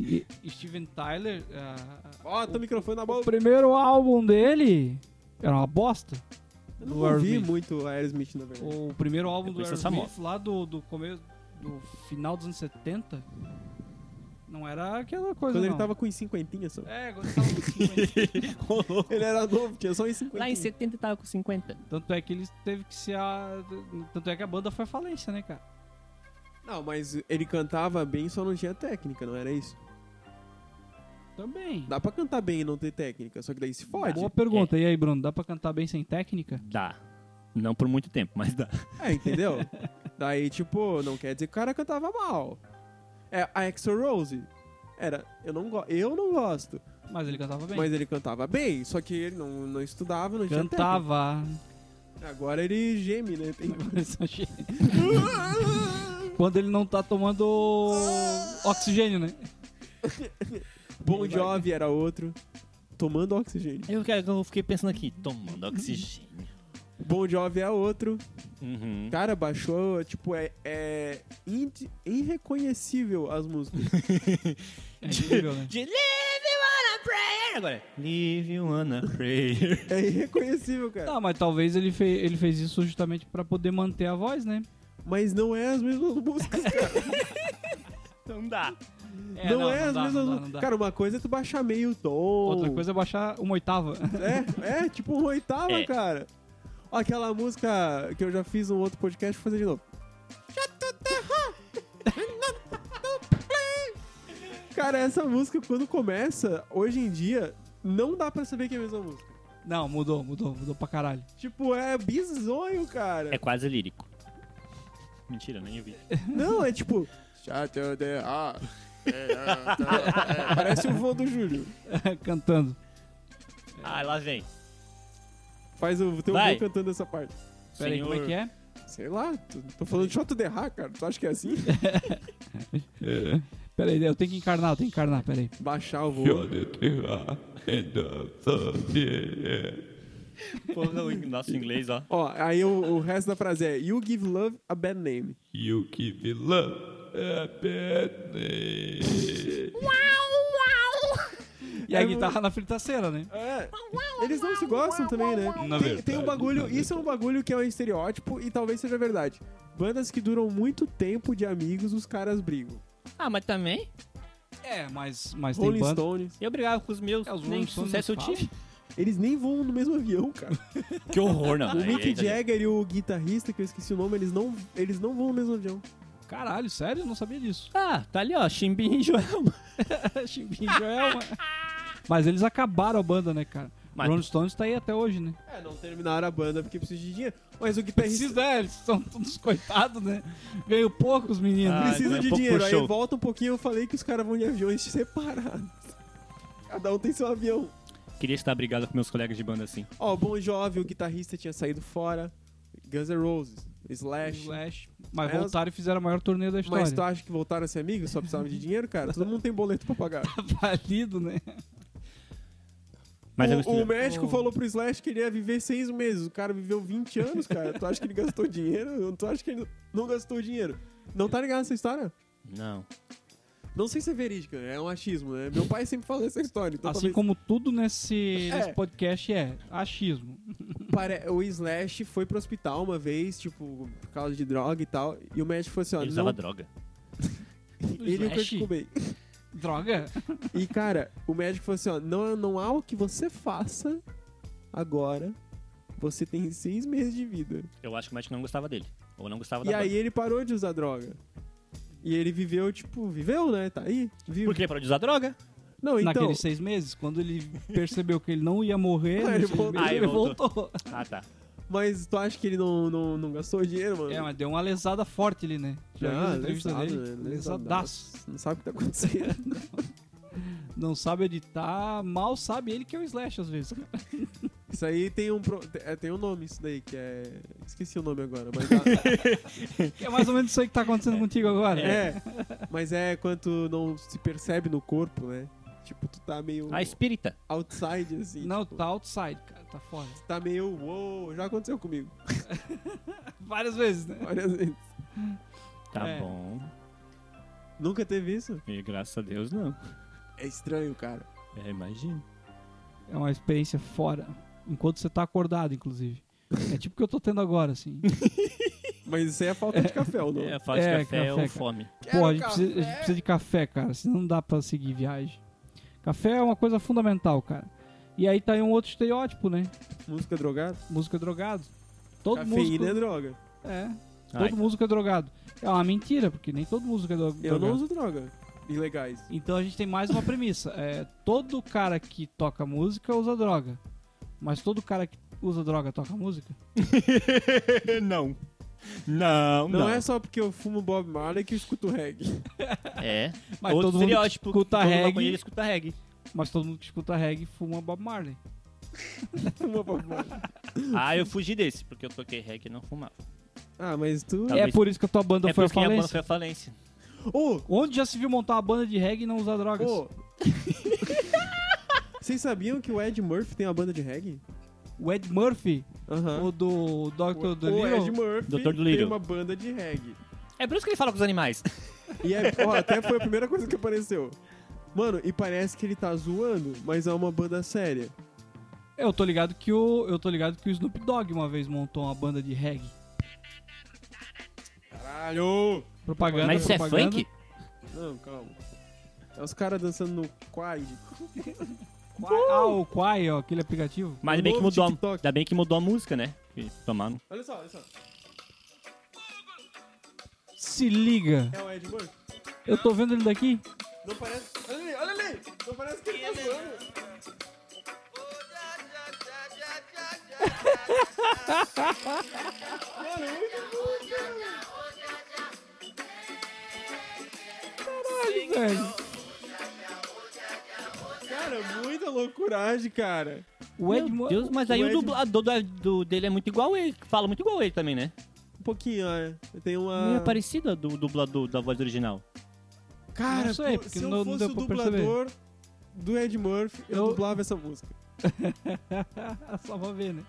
[SPEAKER 1] E- Steven Tyler. ah, ah,
[SPEAKER 2] Bota o microfone na
[SPEAKER 1] o
[SPEAKER 2] boca.
[SPEAKER 1] primeiro álbum dele era uma bosta.
[SPEAKER 2] Eu
[SPEAKER 1] do
[SPEAKER 2] não ouvi
[SPEAKER 1] Aerosmith.
[SPEAKER 2] muito Aerosmith, na verdade.
[SPEAKER 1] O primeiro álbum do
[SPEAKER 3] Depois tá
[SPEAKER 1] Aerosmith lá do, do começo do final dos anos 70. Não era aquela coisa,
[SPEAKER 2] Quando ele
[SPEAKER 1] não.
[SPEAKER 2] tava com uns cinquentinha só.
[SPEAKER 1] É, quando ele tava né? com 50.
[SPEAKER 3] Ô, louco.
[SPEAKER 2] Ele era novo, tinha só uns cinquentinha.
[SPEAKER 3] Lá em 70 tava com 50.
[SPEAKER 1] Tanto é que ele teve que se... A... Tanto é que a banda foi à falência, né, cara?
[SPEAKER 2] Não, mas ele cantava bem, só não tinha técnica, não era isso?
[SPEAKER 1] Também.
[SPEAKER 2] Dá É. pra cantar bem e não ter técnica, só que daí se fode.
[SPEAKER 1] Boa pergunta. E aí, Bruno, dá pra cantar bem sem técnica?
[SPEAKER 3] Dá. Não por muito tempo, mas dá.
[SPEAKER 2] É, entendeu? daí, tipo, não quer dizer que o cara cantava mal. É, a Exo Rose era, eu não, go eu não gosto,
[SPEAKER 1] Mas ele cantava bem.
[SPEAKER 2] mas ele cantava bem, só que ele não, não estudava, não
[SPEAKER 1] Cantava.
[SPEAKER 2] tinha técnica. Agora ele geme, né? Tem-
[SPEAKER 1] Quando ele não tá tomando
[SPEAKER 2] Ah.
[SPEAKER 1] oxigênio, né?
[SPEAKER 2] Bon Jovi era outro, tomando oxigênio.
[SPEAKER 3] Eu, cara, eu fiquei pensando aqui, tomando oxigênio.
[SPEAKER 2] Bon Jovi é outro,
[SPEAKER 3] Uhum.
[SPEAKER 2] Cara, baixou, tipo, é, é indi- irreconhecível as músicas.
[SPEAKER 1] É incrível, né?
[SPEAKER 3] De Live on a prayer! Agora, é Live on a prayer.
[SPEAKER 2] É irreconhecível, cara.
[SPEAKER 1] Tá, mas talvez ele, fe- ele fez isso justamente pra poder manter a voz, né?
[SPEAKER 2] Mas não é as mesmas músicas, cara.
[SPEAKER 3] Não Então dá.
[SPEAKER 2] não, é as mesmas músicas. Cara, uma coisa é tu baixar meio tom.
[SPEAKER 1] Outra coisa é baixar uma oitava.
[SPEAKER 2] É, é tipo um oitava,
[SPEAKER 3] É.
[SPEAKER 2] cara. Ó, Aquela música que eu já fiz um outro podcast, vou fazer de novo. Cara, essa música, quando começa, hoje em dia, não dá pra saber que é a mesma música.
[SPEAKER 1] Não, mudou, mudou, mudou pra caralho.
[SPEAKER 2] Tipo, é bizonho, cara.
[SPEAKER 3] É quase lírico. Mentira, nem vi.
[SPEAKER 2] Não, é tipo. Parece o voo do Júlio.
[SPEAKER 1] Cantando.
[SPEAKER 3] Ah, lá vem.
[SPEAKER 2] Faz o teu
[SPEAKER 3] Vai.
[SPEAKER 2] voo cantando essa parte.
[SPEAKER 1] Pera aí, como é que é?
[SPEAKER 2] Sei lá, tô, tô falando de Shot the Ra, cara. Tu acha que é assim?
[SPEAKER 1] Pera aí, eu tenho que encarnar, eu tenho que encarnar, pera aí.
[SPEAKER 2] Baixar o voo.
[SPEAKER 3] Porra, o nosso inglês, ó.
[SPEAKER 2] Ó, aí o, o resto da frase é You give love a bad name.
[SPEAKER 4] You give me love a bad name.
[SPEAKER 1] E a
[SPEAKER 2] É,
[SPEAKER 1] guitarra na fritaceira, né?
[SPEAKER 2] É, eles não se gostam também, né?
[SPEAKER 1] Na
[SPEAKER 2] Tem, tem um bagulho, isso é um bagulho que é um estereótipo e talvez seja verdade. Bandas que duram muito tempo de amigos, os caras brigam.
[SPEAKER 3] Ah, mas também?
[SPEAKER 1] É, mas, mas tem
[SPEAKER 2] Rolling
[SPEAKER 1] banda.
[SPEAKER 2] Stones,
[SPEAKER 3] Eu brigava com os meus,
[SPEAKER 1] É, os
[SPEAKER 3] nem
[SPEAKER 1] Rolling Stones
[SPEAKER 3] sucesso eu
[SPEAKER 1] não falam.
[SPEAKER 3] tive.
[SPEAKER 2] eles nem voam no mesmo avião, cara.
[SPEAKER 3] Que horror, não.
[SPEAKER 2] O
[SPEAKER 3] Aí,
[SPEAKER 2] Mick
[SPEAKER 3] tá ali.
[SPEAKER 2] Jagger e o guitarrista, que eu esqueci o nome, eles não, eles não vão no mesmo avião.
[SPEAKER 1] Caralho, sério? Eu não sabia disso.
[SPEAKER 3] Ah, tá ali, ó. Chimbinho e Joel.
[SPEAKER 1] Chimbinho e Joelma. Mas eles acabaram a banda, né, cara?
[SPEAKER 3] Mas-
[SPEAKER 1] Rolling Stones tá aí até hoje, né?
[SPEAKER 2] É, não terminaram a banda porque precisa de dinheiro. Mas o guitarrista
[SPEAKER 1] é, eles são todos coitados, né? Ganham poucos meninos.
[SPEAKER 3] Ah,
[SPEAKER 2] precisa
[SPEAKER 3] é
[SPEAKER 2] de
[SPEAKER 3] pouco
[SPEAKER 2] dinheiro.
[SPEAKER 3] pro
[SPEAKER 2] Aí
[SPEAKER 3] show.
[SPEAKER 2] volta um pouquinho, eu falei que os caras vão de aviões separados. Cada um tem seu avião.
[SPEAKER 3] Queria estar brigado com meus colegas de banda assim.
[SPEAKER 2] Ó, o Bon Jovi, o guitarrista tinha saído fora. Guns N' Roses, Slash.
[SPEAKER 1] Slash. Mas
[SPEAKER 2] É,
[SPEAKER 1] voltaram e fizeram a maior turnê da história.
[SPEAKER 2] Mas tu acha que voltaram a ser amigos? Só precisavam de dinheiro, cara? Todo mundo tem boleto pra pagar.
[SPEAKER 1] Tá Valido, né?
[SPEAKER 3] Mas eu
[SPEAKER 2] o, o
[SPEAKER 3] gostei.
[SPEAKER 2] médico
[SPEAKER 1] Oh.
[SPEAKER 2] falou pro Slash que ele ia viver seis meses. O cara viveu 20 anos, cara. Tu acha que ele gastou dinheiro? Tu acha que ele não gastou dinheiro? Não tá ligado essa história?
[SPEAKER 3] Não.
[SPEAKER 2] Não sei se é verídica, é um achismo, né? Meu pai sempre falou essa história. Então
[SPEAKER 1] Assim
[SPEAKER 2] talvez-
[SPEAKER 1] como tudo nesse,
[SPEAKER 2] É.
[SPEAKER 1] nesse podcast é achismo.
[SPEAKER 2] Pare- O Slash foi pro hospital uma vez, tipo, por causa de droga e tal. E o médico
[SPEAKER 1] Ah,
[SPEAKER 2] falou assim: ó,
[SPEAKER 3] Ele
[SPEAKER 2] não...
[SPEAKER 3] usava droga.
[SPEAKER 2] ele e o Kurt
[SPEAKER 1] Slash?
[SPEAKER 2] Cobain.
[SPEAKER 1] Droga!
[SPEAKER 2] E, cara, o médico falou assim: ó, não, não há o que você faça agora. Você tem seis meses de vida.
[SPEAKER 3] Eu acho que o médico não gostava dele. Ou não gostava
[SPEAKER 2] E
[SPEAKER 3] da
[SPEAKER 2] aí
[SPEAKER 3] banda.
[SPEAKER 2] ele parou de usar droga. E ele viveu, tipo, viveu, né? Tá aí, viu?
[SPEAKER 3] Porque ele parou de usar droga.
[SPEAKER 2] Não, então,
[SPEAKER 1] Naqueles seis meses, quando ele percebeu que ele não ia morrer,
[SPEAKER 2] Ele
[SPEAKER 1] nos seis
[SPEAKER 2] voltou.
[SPEAKER 1] meses,
[SPEAKER 3] Ah,
[SPEAKER 1] ele
[SPEAKER 3] ele voltou.
[SPEAKER 1] voltou.
[SPEAKER 3] Ah, tá.
[SPEAKER 2] mas tu acha que ele não, não, não gastou dinheiro, mano?
[SPEAKER 1] É, mas deu uma lesada forte ali, né? Já vi
[SPEAKER 2] Ah,
[SPEAKER 1] as entrevistas
[SPEAKER 2] lesado,
[SPEAKER 1] dele.
[SPEAKER 2] né?
[SPEAKER 1] Lesadaço.
[SPEAKER 2] Não sabe o que tá acontecendo.
[SPEAKER 1] Não sabe editar, mal sabe ele que é o Slash às vezes.
[SPEAKER 2] isso aí tem um, pro- é, tem um nome, isso daí, que é... Esqueci o nome agora, mas... a-
[SPEAKER 1] É mais ou menos isso aí que tá acontecendo contigo agora.
[SPEAKER 2] é, mas é quando tu não se percebe no corpo, né? Tipo, tu tá meio
[SPEAKER 3] A espírita.
[SPEAKER 2] outside, assim.
[SPEAKER 1] Não,
[SPEAKER 2] tipo,
[SPEAKER 1] tá outside, cara, tá fora.
[SPEAKER 2] Tá meio, uou, já aconteceu comigo
[SPEAKER 1] Várias vezes, né?
[SPEAKER 2] várias vezes.
[SPEAKER 3] Tá
[SPEAKER 1] É.
[SPEAKER 3] bom.
[SPEAKER 2] Nunca teve isso?
[SPEAKER 3] E graças a Deus, não.
[SPEAKER 2] É estranho, cara.
[SPEAKER 3] É, imagina.
[SPEAKER 1] É uma experiência fora. Enquanto você tá acordado, inclusive. É tipo o que eu tô tendo agora, assim.
[SPEAKER 2] Mas isso aí é falta de café, ou não?
[SPEAKER 3] É, faz
[SPEAKER 1] É,
[SPEAKER 3] café,
[SPEAKER 1] café,
[SPEAKER 3] ou
[SPEAKER 1] cara.
[SPEAKER 3] fome.
[SPEAKER 1] Pô, a gente, precisa, a gente precisa de café, cara, senão não dá pra seguir viagem. Café é uma coisa fundamental, cara. E aí tá aí um outro estereótipo, né?
[SPEAKER 2] Música drogada?
[SPEAKER 1] Música drogado. Todo
[SPEAKER 2] Cafeína
[SPEAKER 1] músico.
[SPEAKER 2] é droga.
[SPEAKER 1] É,
[SPEAKER 3] Ai,
[SPEAKER 1] todo músico é drogado. É uma mentira, porque nem todo músico é dro- drogado.
[SPEAKER 2] Eu não uso droga. Ilegais.
[SPEAKER 1] Então a gente tem mais uma premissa. É, todo cara que toca música usa droga. Mas todo cara que usa droga toca música?
[SPEAKER 3] não. Não,
[SPEAKER 2] Não,
[SPEAKER 3] não.
[SPEAKER 2] é só porque eu fumo Bob Marley que eu escuto reggae.
[SPEAKER 3] É.
[SPEAKER 1] Mas
[SPEAKER 3] Outro
[SPEAKER 1] todo mundo que
[SPEAKER 3] estereótipo.
[SPEAKER 1] escuta
[SPEAKER 3] todo
[SPEAKER 1] reggae-
[SPEAKER 3] maconheiro escuta reggae.
[SPEAKER 1] Mas todo mundo que escuta reggae fuma Bob Marley.
[SPEAKER 2] Fumo Bob Marley.
[SPEAKER 3] Ah, eu fugi desse, porque eu toquei reggae e não fumava.
[SPEAKER 2] Ah, mas tu...
[SPEAKER 3] Talvez-
[SPEAKER 1] É por isso que a tua banda
[SPEAKER 3] é por
[SPEAKER 1] foi a
[SPEAKER 3] isso que minha banda
[SPEAKER 1] falência.
[SPEAKER 3] foi a falência.
[SPEAKER 2] Ô,
[SPEAKER 1] Onde já se viu montar uma banda de reggae e não usar drogas?
[SPEAKER 2] ô. Vocês sabiam que o Ed Murphy tem uma banda de reggae?
[SPEAKER 1] O Ed Murphy,
[SPEAKER 2] Aham.
[SPEAKER 1] o do
[SPEAKER 2] O,
[SPEAKER 1] Dr.
[SPEAKER 2] o Ed
[SPEAKER 1] Dolittle,
[SPEAKER 2] Murphy
[SPEAKER 3] Dr.
[SPEAKER 2] tem
[SPEAKER 3] Dolittle.
[SPEAKER 2] uma banda de reggae.
[SPEAKER 3] É por isso que ele fala com os animais.
[SPEAKER 2] E é, ó, até foi a primeira coisa que apareceu. Mano, e parece que ele tá zoando, mas é uma banda séria.
[SPEAKER 1] eu tô ligado que o eu tô ligado que o Snoop Dogg uma vez montou uma banda de reggae.
[SPEAKER 2] Caralho!
[SPEAKER 1] Propaganda,
[SPEAKER 3] Mas isso é
[SPEAKER 1] propaganda.
[SPEAKER 3] funk?
[SPEAKER 2] Não, calma. É os caras dançando no Quad.
[SPEAKER 1] Quai, ah, o Quai, ó, aquele aplicativo.
[SPEAKER 2] O
[SPEAKER 3] Mas ainda bem, que
[SPEAKER 2] novo
[SPEAKER 3] mudou a,
[SPEAKER 2] TikTok.
[SPEAKER 3] ainda bem que mudou a música, né? Que tomaram.
[SPEAKER 2] Olha só, olha só.
[SPEAKER 1] Se liga.
[SPEAKER 2] É o Ed Murphy.
[SPEAKER 1] Eu tô vendo ele daqui.
[SPEAKER 2] Não parece. Olha ali, olha ali! Não parece que ele tá zoando.
[SPEAKER 1] Caralho, velho.
[SPEAKER 2] Cara, muita loucuragem, cara.
[SPEAKER 1] O Ed
[SPEAKER 3] Meu
[SPEAKER 1] Mur-
[SPEAKER 3] Deus, mas aí
[SPEAKER 2] o
[SPEAKER 3] o,
[SPEAKER 2] Ed-
[SPEAKER 3] dublador do- do- dele é muito igual ele. Fala muito igual ele também, né?
[SPEAKER 2] Um pouquinho, né? Tem
[SPEAKER 1] Ah.
[SPEAKER 2] uma.
[SPEAKER 3] Meio parecida do dublador da voz original.
[SPEAKER 2] Cara,
[SPEAKER 1] Não sei,
[SPEAKER 2] pô,
[SPEAKER 1] porque
[SPEAKER 2] se eu
[SPEAKER 1] não- não
[SPEAKER 2] fosse
[SPEAKER 1] deu
[SPEAKER 2] o
[SPEAKER 1] pra perceber.
[SPEAKER 2] dublador do Ed Murphy, eu,
[SPEAKER 1] Eu-
[SPEAKER 2] dublava essa música.
[SPEAKER 1] Só pra ver, né?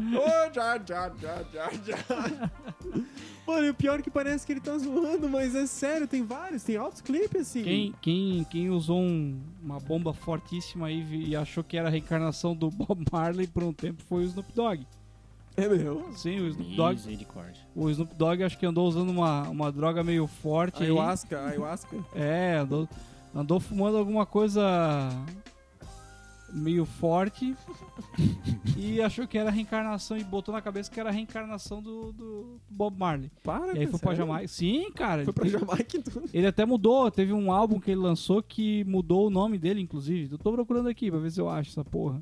[SPEAKER 2] Ô, já, já, já, já, já. Mano, e o pior é que parece que ele tá zoando, mas é sério, tem vários, tem altos clipes assim.
[SPEAKER 1] Quem, quem, quem usou um- uma bomba fortíssima aí vi- e achou que era a reencarnação do Bob Marley por um tempo foi o Snoop Dogg.
[SPEAKER 2] É meu.
[SPEAKER 1] Sim, o Snoop Dogg,
[SPEAKER 3] Misericórdia.
[SPEAKER 1] o Snoop Dogg acho que andou usando uma, uma droga meio forte. aí.
[SPEAKER 2] Ayahuasca, ayahuasca.
[SPEAKER 1] É, andou, andou fumando alguma coisa meio forte e achou que era a reencarnação e botou na cabeça que era a reencarnação do, do Bob Marley.
[SPEAKER 2] Para,
[SPEAKER 1] E aí
[SPEAKER 2] cara,
[SPEAKER 1] foi pra
[SPEAKER 2] sério?
[SPEAKER 1] Jamaica. Sim, cara.
[SPEAKER 2] Foi pra
[SPEAKER 1] ele-
[SPEAKER 2] Jamaica e tudo.
[SPEAKER 1] Ele até mudou, teve um álbum que ele lançou que mudou o nome dele, inclusive. Eu tô procurando aqui pra ver se eu acho essa porra.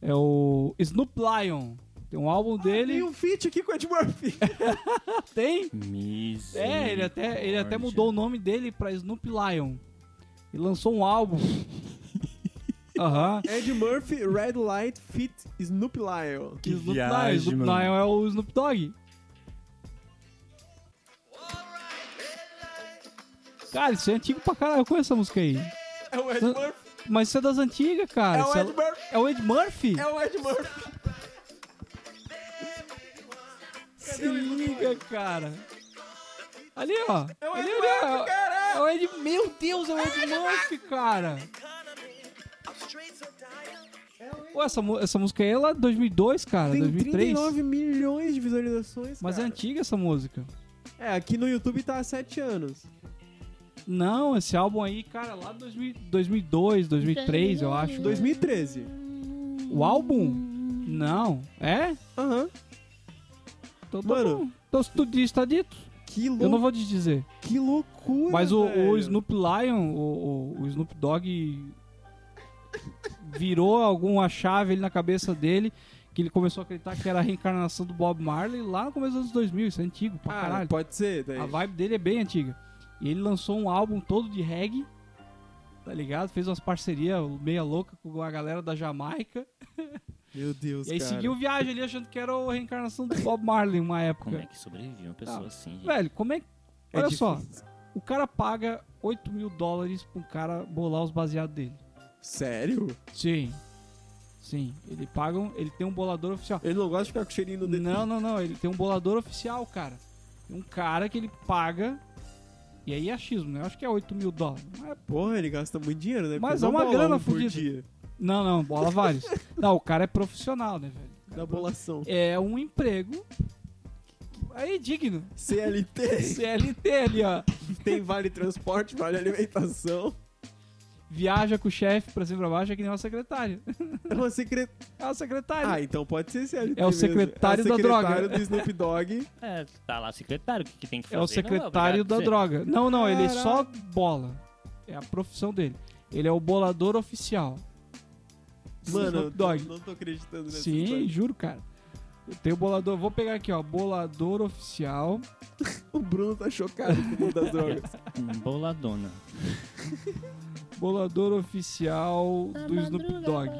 [SPEAKER 1] É o Snoop Lion. Tem um álbum
[SPEAKER 2] Tem
[SPEAKER 1] dele.
[SPEAKER 2] um feat aqui com o Ed Murphy.
[SPEAKER 1] Tem?
[SPEAKER 3] Misericórdia.
[SPEAKER 1] É, ele até, ele até mudou o nome dele pra Snoop Lion. E lançou um álbum. Aham.
[SPEAKER 2] Ed Murphy, Red Light, Fit, Snoop Lion.
[SPEAKER 3] Que
[SPEAKER 1] Snoop Lion.
[SPEAKER 3] viagem,
[SPEAKER 1] Snoop
[SPEAKER 3] mano.
[SPEAKER 1] Lion é o Snoop Dogg. Cara, isso é antigo pra caralho. Eu conheço essa música aí.
[SPEAKER 2] É o Ed
[SPEAKER 1] Snoop-
[SPEAKER 2] Murphy,
[SPEAKER 1] Mas isso é das antigas, cara.
[SPEAKER 2] é o
[SPEAKER 1] Isso
[SPEAKER 2] Ed Murphy,
[SPEAKER 1] É o Ed Murphy?
[SPEAKER 2] é o Ed Murphy.
[SPEAKER 1] Se liga, cara. Ali, ó.
[SPEAKER 2] É o
[SPEAKER 1] ali,
[SPEAKER 2] Ed
[SPEAKER 1] ali,
[SPEAKER 2] Murphy,
[SPEAKER 1] ó.
[SPEAKER 2] cara.
[SPEAKER 1] É o Ed... Meu Deus, é o Ed Murphy, cara. Ué, essa, mu- essa música aí ela é 2002, cara.
[SPEAKER 2] Tem
[SPEAKER 1] 2003.
[SPEAKER 2] 39 milhões de visualizações,
[SPEAKER 1] Mas é
[SPEAKER 2] cara.
[SPEAKER 1] antiga essa música.
[SPEAKER 2] É, aqui no YouTube tá há 7 anos.
[SPEAKER 1] Não, esse álbum aí, cara, lá de 2000 2002, 2003, eu acho.
[SPEAKER 2] 2013.
[SPEAKER 1] O álbum? Não. É?
[SPEAKER 2] Aham.
[SPEAKER 1] Então, tá
[SPEAKER 2] Mano.
[SPEAKER 1] bom. Então, se tudo está dito,
[SPEAKER 2] Que, lou
[SPEAKER 1] eu não vou te dizer.
[SPEAKER 2] que loucura,
[SPEAKER 1] Mas o,
[SPEAKER 2] velho.
[SPEAKER 1] o Snoop Lion, o, o- o Snoop Dogg virou alguma chave ali na cabeça dele que ele começou a acreditar que era a reencarnação do Bob Marley lá no começo dos anos 2000, isso é antigo pra
[SPEAKER 2] Ah,
[SPEAKER 1] caralho.
[SPEAKER 2] pode ser, daí.
[SPEAKER 1] A vibe dele é bem antiga. E ele lançou um álbum todo de reggae, tá ligado? Fez umas parcerias meia louca com a galera da Jamaica.
[SPEAKER 2] Meu Deus,
[SPEAKER 1] e aí
[SPEAKER 2] cara.
[SPEAKER 1] seguiu viagem ali achando que era a reencarnação do Bob Marley uma época.
[SPEAKER 3] Como é que sobrevive uma pessoa
[SPEAKER 1] né? Ah,
[SPEAKER 3] assim, gente?
[SPEAKER 1] Velho, como é que.
[SPEAKER 2] É
[SPEAKER 1] Olha só,
[SPEAKER 2] difícil.
[SPEAKER 1] o cara paga 8 mil dólares pra um cara bolar os baseados dele.
[SPEAKER 2] Sério?
[SPEAKER 1] Sim. Sim. Ele paga um, Ele tem um bolador oficial.
[SPEAKER 2] Ele não gosta de ficar com cheirinho no dedo.
[SPEAKER 1] Não, não, não. Ele tem um bolador oficial, cara. Tem Um cara que ele paga. E aí é achismo, né? Eu acho que é 8 mil dólares. Mas- é-
[SPEAKER 2] Porra, ele gasta muito dinheiro, né?
[SPEAKER 1] Mas
[SPEAKER 2] Porque
[SPEAKER 1] é uma
[SPEAKER 2] não bola
[SPEAKER 1] grana
[SPEAKER 2] um por
[SPEAKER 1] fudida.
[SPEAKER 2] dia
[SPEAKER 1] Não, não, bola vários. não, o cara é profissional, né, velho?
[SPEAKER 2] da bolação.
[SPEAKER 1] É um emprego. Aí, digno.
[SPEAKER 2] CLT.
[SPEAKER 1] CLT ali, ó.
[SPEAKER 2] Tem vale transporte, vale alimentação.
[SPEAKER 1] Viaja com o chefe pra cima e pra baixo, é que nem uma secretária.
[SPEAKER 2] É uma secretária.
[SPEAKER 1] É uma secretária.
[SPEAKER 2] Ah, então pode ser CLT.
[SPEAKER 1] É o
[SPEAKER 2] mesmo.
[SPEAKER 1] secretário
[SPEAKER 2] é
[SPEAKER 1] da
[SPEAKER 2] o
[SPEAKER 1] droga.
[SPEAKER 2] secretário do Snoop Dogg.
[SPEAKER 3] É, tá lá secretário, o que, que tem que fazer?
[SPEAKER 1] é o secretário da droga. Não, não, ele é
[SPEAKER 2] Caralho.
[SPEAKER 1] só bola. É a profissão dele. Ele é o bolador oficial.
[SPEAKER 2] Mano, eu
[SPEAKER 1] Snoop Dogg.
[SPEAKER 2] não tô acreditando nessa
[SPEAKER 1] Sim, juro, cara. Tem o bolador. Vou pegar aqui, ó. Bolador oficial.
[SPEAKER 2] O Bruno tá chocado com o mundo das drogas.
[SPEAKER 3] droga. Boladona.
[SPEAKER 1] Bolador oficial do Snoop Dogg.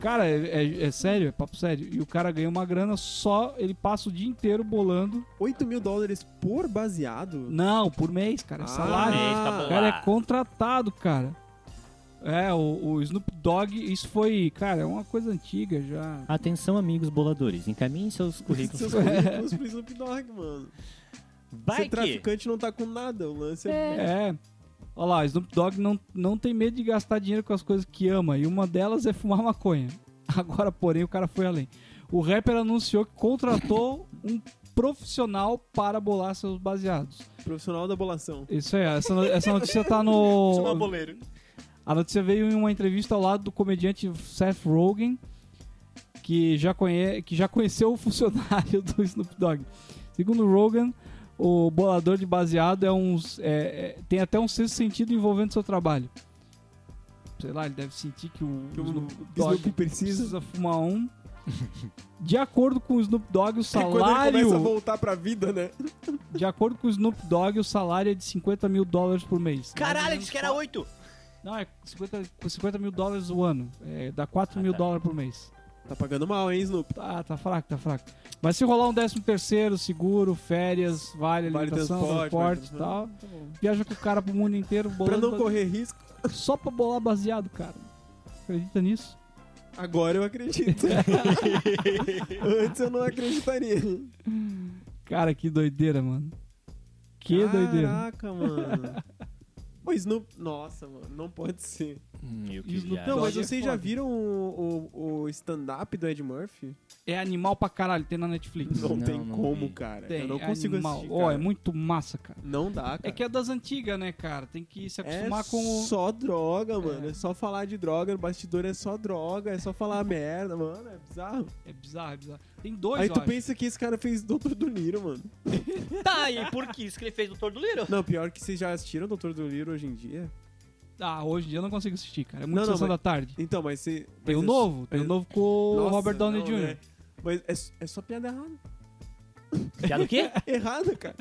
[SPEAKER 1] Cara, é, é- é sério, é papo sério. E o cara ganha uma grana só, ele passa o dia inteiro bolando.
[SPEAKER 2] 8 mil dólares por baseado?
[SPEAKER 1] Não, por mês, cara. É
[SPEAKER 2] Ah,
[SPEAKER 1] salário.
[SPEAKER 3] Eita,
[SPEAKER 2] Ah,
[SPEAKER 1] O cara é
[SPEAKER 3] bolado.
[SPEAKER 1] contratado, cara. É, o, o Snoop Dogg, isso foi, cara, é uma coisa antiga já.
[SPEAKER 3] Atenção, amigos boladores, encaminhem seus currículos.
[SPEAKER 2] Seus currículos pro Snoop Dogg, mano.
[SPEAKER 3] Vai
[SPEAKER 2] Ser
[SPEAKER 3] que...
[SPEAKER 2] traficante não tá com nada. O lance é.
[SPEAKER 1] É. Olha lá, Snoop Dogg não, não tem medo de gastar dinheiro com as coisas que ama, e uma delas é fumar maconha. Agora, porém, o cara foi além. O rapper anunciou que contratou um profissional para bolar seus baseados.
[SPEAKER 2] Profissional da bolação.
[SPEAKER 1] Isso aí, essa, no- essa notícia tá
[SPEAKER 2] é
[SPEAKER 1] no.
[SPEAKER 3] boleiro.
[SPEAKER 1] A notícia veio em uma entrevista ao lado do comediante Seth Rogen, que já, conhe, que já conheceu o funcionário do Snoop Dogg. Segundo Rogan, o bolador de baseado é um, é- é- tem até um sexto sentido envolvendo seu trabalho. Sei lá, ele deve sentir que o,
[SPEAKER 2] Que o
[SPEAKER 1] Snoop Dogg
[SPEAKER 2] Snoop precisa.
[SPEAKER 1] precisa fumar um. De acordo com o Snoop Dogg, o
[SPEAKER 2] É quando ele
[SPEAKER 1] salário.
[SPEAKER 2] começa a voltar pra vida, né?
[SPEAKER 1] De acordo com o Snoop Dogg, o salário é de 50 mil dólares por mês.
[SPEAKER 3] Caralho, disse que era oito.
[SPEAKER 1] Não, é 50, com 50 mil dólares o ano. É, dá 4
[SPEAKER 3] Ah,
[SPEAKER 1] mil
[SPEAKER 3] tá.
[SPEAKER 1] dólares por mês.
[SPEAKER 2] Tá pagando mal, hein, Snoop?
[SPEAKER 1] Tá, tá fraco, tá fraco. Mas se rolar um 13 terceiro, seguro, férias, vale,
[SPEAKER 2] Vale
[SPEAKER 1] alimentação,
[SPEAKER 2] transporte,
[SPEAKER 1] transporte e
[SPEAKER 2] vale
[SPEAKER 1] tal, viaja com o cara pro mundo inteiro,
[SPEAKER 2] Pra
[SPEAKER 1] bolando
[SPEAKER 2] não correr risco,
[SPEAKER 1] só pra bolar baseado, cara. Acredita nisso?
[SPEAKER 2] agora eu acredito. Antes eu não acreditaria.
[SPEAKER 1] Cara, que doideira, mano. Que doideira.
[SPEAKER 2] Caraca, mano. O Snoop. Nossa, mano, não pode ser.
[SPEAKER 1] Isso não
[SPEAKER 3] Eu queria.
[SPEAKER 1] tem
[SPEAKER 2] Não, mas
[SPEAKER 1] Dog é
[SPEAKER 2] vocês já
[SPEAKER 1] foda.
[SPEAKER 2] viram o, o- o stand-up do Ed Murphy?
[SPEAKER 1] É animal pra caralho, tem na Netflix.
[SPEAKER 2] Não,
[SPEAKER 3] Não,
[SPEAKER 2] tem
[SPEAKER 3] não
[SPEAKER 2] como,
[SPEAKER 3] vi.
[SPEAKER 2] cara.
[SPEAKER 1] Tem,
[SPEAKER 2] eu não
[SPEAKER 1] é
[SPEAKER 2] consigo
[SPEAKER 1] animal.
[SPEAKER 2] assistir.
[SPEAKER 1] Ó,
[SPEAKER 2] cara.
[SPEAKER 1] é muito massa, cara.
[SPEAKER 2] Não dá, cara.
[SPEAKER 1] É que é das antigas, né, cara? Tem que se
[SPEAKER 2] É
[SPEAKER 1] acostumar com o...
[SPEAKER 2] só droga, mano. É. só falar de droga. No bastidor é só droga. É só falar merda, mano. É bizarro.
[SPEAKER 1] É bizarro, é bizarro. Tem dois,
[SPEAKER 2] Aí
[SPEAKER 1] eu
[SPEAKER 2] tu
[SPEAKER 1] acho.
[SPEAKER 2] pensa que esse cara fez Doutor do Liro, mano.
[SPEAKER 3] Tá, e por que isso que ele fez do Tordo Liro?
[SPEAKER 2] Não, pior que vocês já assistiram Doutor do Liro hoje em dia.
[SPEAKER 1] Ah, hoje em dia eu não consigo assistir, cara. É muito
[SPEAKER 2] Não, não,
[SPEAKER 1] sessão
[SPEAKER 2] mas-
[SPEAKER 1] da tarde.
[SPEAKER 2] Então, mas se.
[SPEAKER 1] Tem
[SPEAKER 2] mas
[SPEAKER 1] o
[SPEAKER 2] é-
[SPEAKER 1] novo, tem o
[SPEAKER 2] mas-
[SPEAKER 1] novo com o
[SPEAKER 2] Nossa,
[SPEAKER 1] Robert Downey
[SPEAKER 2] não,
[SPEAKER 1] Jr.
[SPEAKER 2] né? Mas é, s- é só piada errada.
[SPEAKER 3] Já do quê?
[SPEAKER 2] Errado, cara.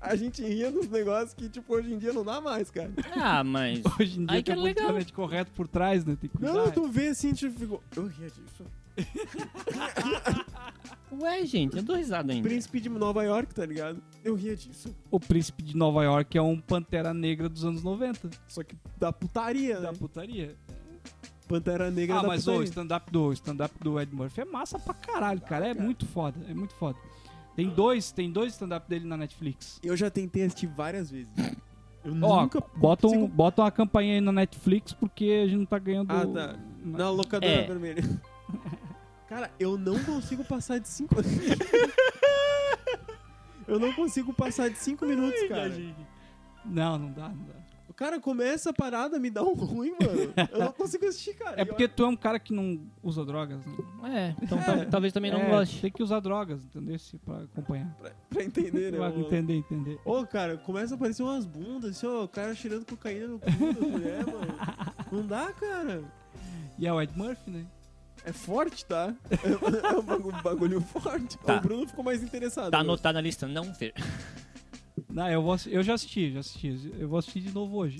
[SPEAKER 2] A gente ria nos negócios que, tipo, hoje em dia não dá mais, cara.
[SPEAKER 3] Ah, mas...
[SPEAKER 1] Hoje em dia
[SPEAKER 3] Ai, que
[SPEAKER 1] tem muito
[SPEAKER 3] legal.
[SPEAKER 1] internet correto por trás, né? Tem que cuidar.
[SPEAKER 2] Não, tu vê assim, tipo, ficou. Eu ria disso.
[SPEAKER 3] Ué, gente, eu dou risada ainda.
[SPEAKER 2] Príncipe de Nova York, tá ligado? Eu ria disso.
[SPEAKER 1] O príncipe de Nova York é um pantera negra dos anos 90.
[SPEAKER 2] Só que da putaria,
[SPEAKER 1] Da
[SPEAKER 2] né?
[SPEAKER 1] putaria.
[SPEAKER 2] Pantera Negra
[SPEAKER 1] Ah,
[SPEAKER 2] da
[SPEAKER 1] mas o
[SPEAKER 2] putaria.
[SPEAKER 1] stand-up do, stand do Ed Murphy é massa pra caralho, cara. É muito foda, é muito foda. Tem dois, tem dois stand-up dele na Netflix.
[SPEAKER 2] Eu já tentei assistir várias vezes. Eu
[SPEAKER 1] Ó,
[SPEAKER 2] nunca.
[SPEAKER 1] bota, um,
[SPEAKER 2] consigo-
[SPEAKER 1] bota uma campainha aí na Netflix porque a gente não tá ganhando...
[SPEAKER 2] Ah, tá. Na locadora
[SPEAKER 3] É.
[SPEAKER 2] vermelha. Cara, eu não consigo passar de 5 Eu não consigo passar de 5 minutos, cara.
[SPEAKER 1] Não, não dá, não dá.
[SPEAKER 2] O cara começa a parada, me dá um ruim, mano. Eu não consigo assistir, cara.
[SPEAKER 1] É
[SPEAKER 2] E
[SPEAKER 1] porque tu é um cara que não usa drogas, né?
[SPEAKER 3] É, então tal- talvez também não
[SPEAKER 1] É,
[SPEAKER 3] goste.
[SPEAKER 1] Tem que usar drogas, entendeu? Se- Pra acompanhar.
[SPEAKER 2] olha, pra, pra entender, né?
[SPEAKER 1] pra
[SPEAKER 2] o-
[SPEAKER 1] entender, entender.
[SPEAKER 2] Ô, cara, começa a aparecer umas bundas, assim, ó, o cara cheirando cocaína no cu da mulher, mano. Não dá, cara.
[SPEAKER 1] E é o Ed Murphy, né?
[SPEAKER 2] É forte, tá? É um bagulho, bagulho forte.
[SPEAKER 3] Tá.
[SPEAKER 2] O Bruno ficou mais interessado.
[SPEAKER 3] Tá
[SPEAKER 2] Mano.
[SPEAKER 3] anotado na lista, não ver.
[SPEAKER 1] Não, eu, vou, assi- eu já assisti, já assisti. Eu vou assistir de novo hoje.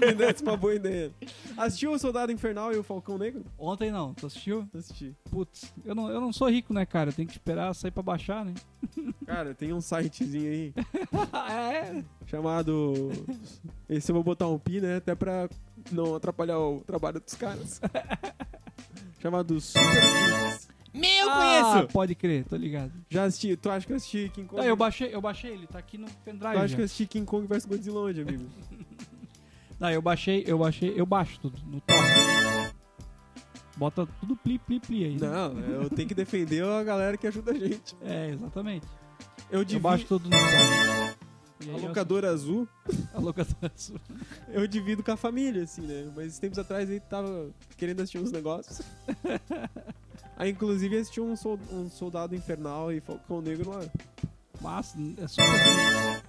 [SPEAKER 2] Me desse é uma boa ideia. Assistiu o Soldado Infernal e o Falcão Negro?
[SPEAKER 1] Ontem não, tu assistiu?
[SPEAKER 2] Assisti.
[SPEAKER 1] Putz, eu não, eu não sou rico, né, cara? Eu tenho que esperar sair pra baixar, né?
[SPEAKER 2] Cara, tem um sitezinho aí
[SPEAKER 1] é?
[SPEAKER 2] chamado. Esse eu vou botar um pi, né? Até pra não atrapalhar o trabalho dos caras. chamado Super Filmes.
[SPEAKER 3] Meu,
[SPEAKER 1] Ah, pode crer, tô ligado.
[SPEAKER 2] Já assisti. Tu acha que eu assisti King Kong?
[SPEAKER 1] Tá, eu baixei, eu baixei, ele tá aqui no
[SPEAKER 2] Tu
[SPEAKER 1] pendrive.
[SPEAKER 2] acha
[SPEAKER 1] já.
[SPEAKER 2] que eu assisti King Kong vs Godzilla onde, amigo?
[SPEAKER 1] Não, eu baixei, eu baixei, eu baixo tudo no torrent. Bota tudo pli, pli, pli aí. né?
[SPEAKER 2] não, eu tenho que defender a galera que ajuda a gente.
[SPEAKER 1] É, exatamente.
[SPEAKER 2] Eu
[SPEAKER 1] Eu
[SPEAKER 2] devia.
[SPEAKER 1] baixo todo no carro. E aí
[SPEAKER 2] A
[SPEAKER 1] eu-
[SPEAKER 2] locadora azul,
[SPEAKER 1] A locadora azul.
[SPEAKER 2] eu divido com a família, assim, né? Mas esses tempos atrás ele tava querendo assistir uns negócios. Aí, inclusive, assistiu um, sol- um Soldado Infernal e Falcão Negro lá.
[SPEAKER 1] Mas é super difícil.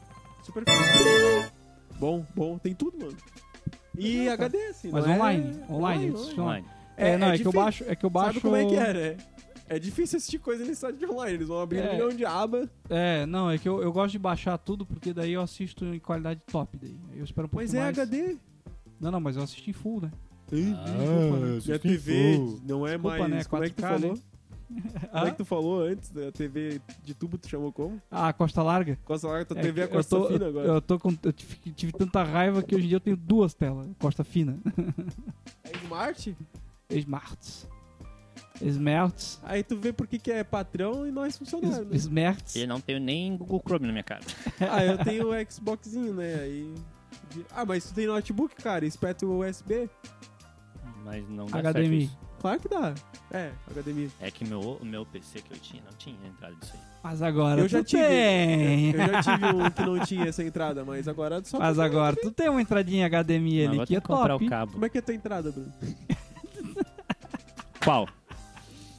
[SPEAKER 2] Super feliz. Bom, bom, tem tudo, mano. E HD, assim,
[SPEAKER 1] Mas
[SPEAKER 2] não é-
[SPEAKER 1] online, online, eles chamam.
[SPEAKER 3] Online.
[SPEAKER 1] É, não, é, que eu
[SPEAKER 2] difícil.
[SPEAKER 1] baixo, é que eu baixo...
[SPEAKER 2] Sabe como é que é, né? É difícil assistir coisa nesse site de online. Eles vão abrir
[SPEAKER 1] É.
[SPEAKER 2] um milhão de aba.
[SPEAKER 1] É, não, é que eu, eu gosto de baixar tudo, porque daí eu assisto em qualidade top daí. Aí Eu espero um pouco
[SPEAKER 2] Mas é
[SPEAKER 1] mais.
[SPEAKER 2] HD.
[SPEAKER 1] Não, não, mas eu assisto em full, né?
[SPEAKER 2] e a TV não é
[SPEAKER 1] Desculpa,
[SPEAKER 2] mais...
[SPEAKER 1] né?
[SPEAKER 2] Como é que tu
[SPEAKER 1] 4K,
[SPEAKER 2] falou?
[SPEAKER 1] né?
[SPEAKER 2] Como é que tu falou antes? A TV de tubo tu chamou como?
[SPEAKER 1] Ah, Costa Larga.
[SPEAKER 2] Costa Larga, tua
[SPEAKER 1] É
[SPEAKER 2] TV é
[SPEAKER 1] que
[SPEAKER 2] Costa
[SPEAKER 1] eu tô,
[SPEAKER 2] Fina
[SPEAKER 1] Eu,
[SPEAKER 2] agora.
[SPEAKER 1] eu tô com, eu tive, tive tanta raiva que hoje em dia eu tenho duas telas. Costa Fina.
[SPEAKER 2] É Smart?
[SPEAKER 1] Smarts. Smerts.
[SPEAKER 2] Aí tu vê por que que é patrão e nós funcionários. né?
[SPEAKER 1] Smerts.
[SPEAKER 3] Eu não tenho nem Google Chrome na minha casa.
[SPEAKER 2] Ah, eu tenho o Xboxzinho, né? Aí... Ah, mas tu tem notebook, cara? Espeta o USB?
[SPEAKER 3] Mas não dá
[SPEAKER 1] HDMI.
[SPEAKER 3] certo isso.
[SPEAKER 2] Claro que dá. É, HDMI.
[SPEAKER 3] É que meu, o meu PC que eu tinha não tinha entrada disso aí.
[SPEAKER 1] Mas agora
[SPEAKER 2] Eu já
[SPEAKER 1] tu
[SPEAKER 2] tive.
[SPEAKER 1] tem.
[SPEAKER 2] Eu já tive um que não tinha essa entrada, mas agora só...
[SPEAKER 1] Mas agora tu tem uma entradinha HDMI
[SPEAKER 3] Agora
[SPEAKER 1] ali que
[SPEAKER 3] tem
[SPEAKER 1] é
[SPEAKER 3] comprar
[SPEAKER 1] top.
[SPEAKER 3] o cabo.
[SPEAKER 2] Como é que é a tua entrada, Bruno?
[SPEAKER 3] Qual?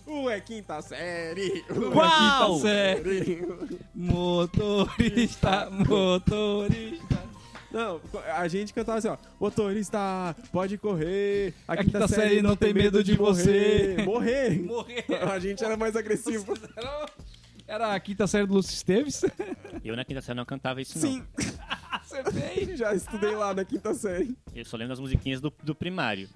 [SPEAKER 2] Uh, é quinta série! Uh,
[SPEAKER 1] Qual?
[SPEAKER 2] é quinta série!
[SPEAKER 1] Motorista, motorista.
[SPEAKER 2] Não, a gente cantava assim, ó. Motorista, pode correr. A
[SPEAKER 1] É quinta série não tem medo de você.
[SPEAKER 2] Morrer.
[SPEAKER 1] Morrer.
[SPEAKER 2] A gente era mais agressivo.
[SPEAKER 1] Era, era a quinta série do Lúcio Esteves.
[SPEAKER 3] Eu na quinta série não cantava isso,
[SPEAKER 2] Sim,
[SPEAKER 1] Acertei.
[SPEAKER 2] já estudei lá na quinta série.
[SPEAKER 3] não. Eu só lembro das musiquinhas do, do primário.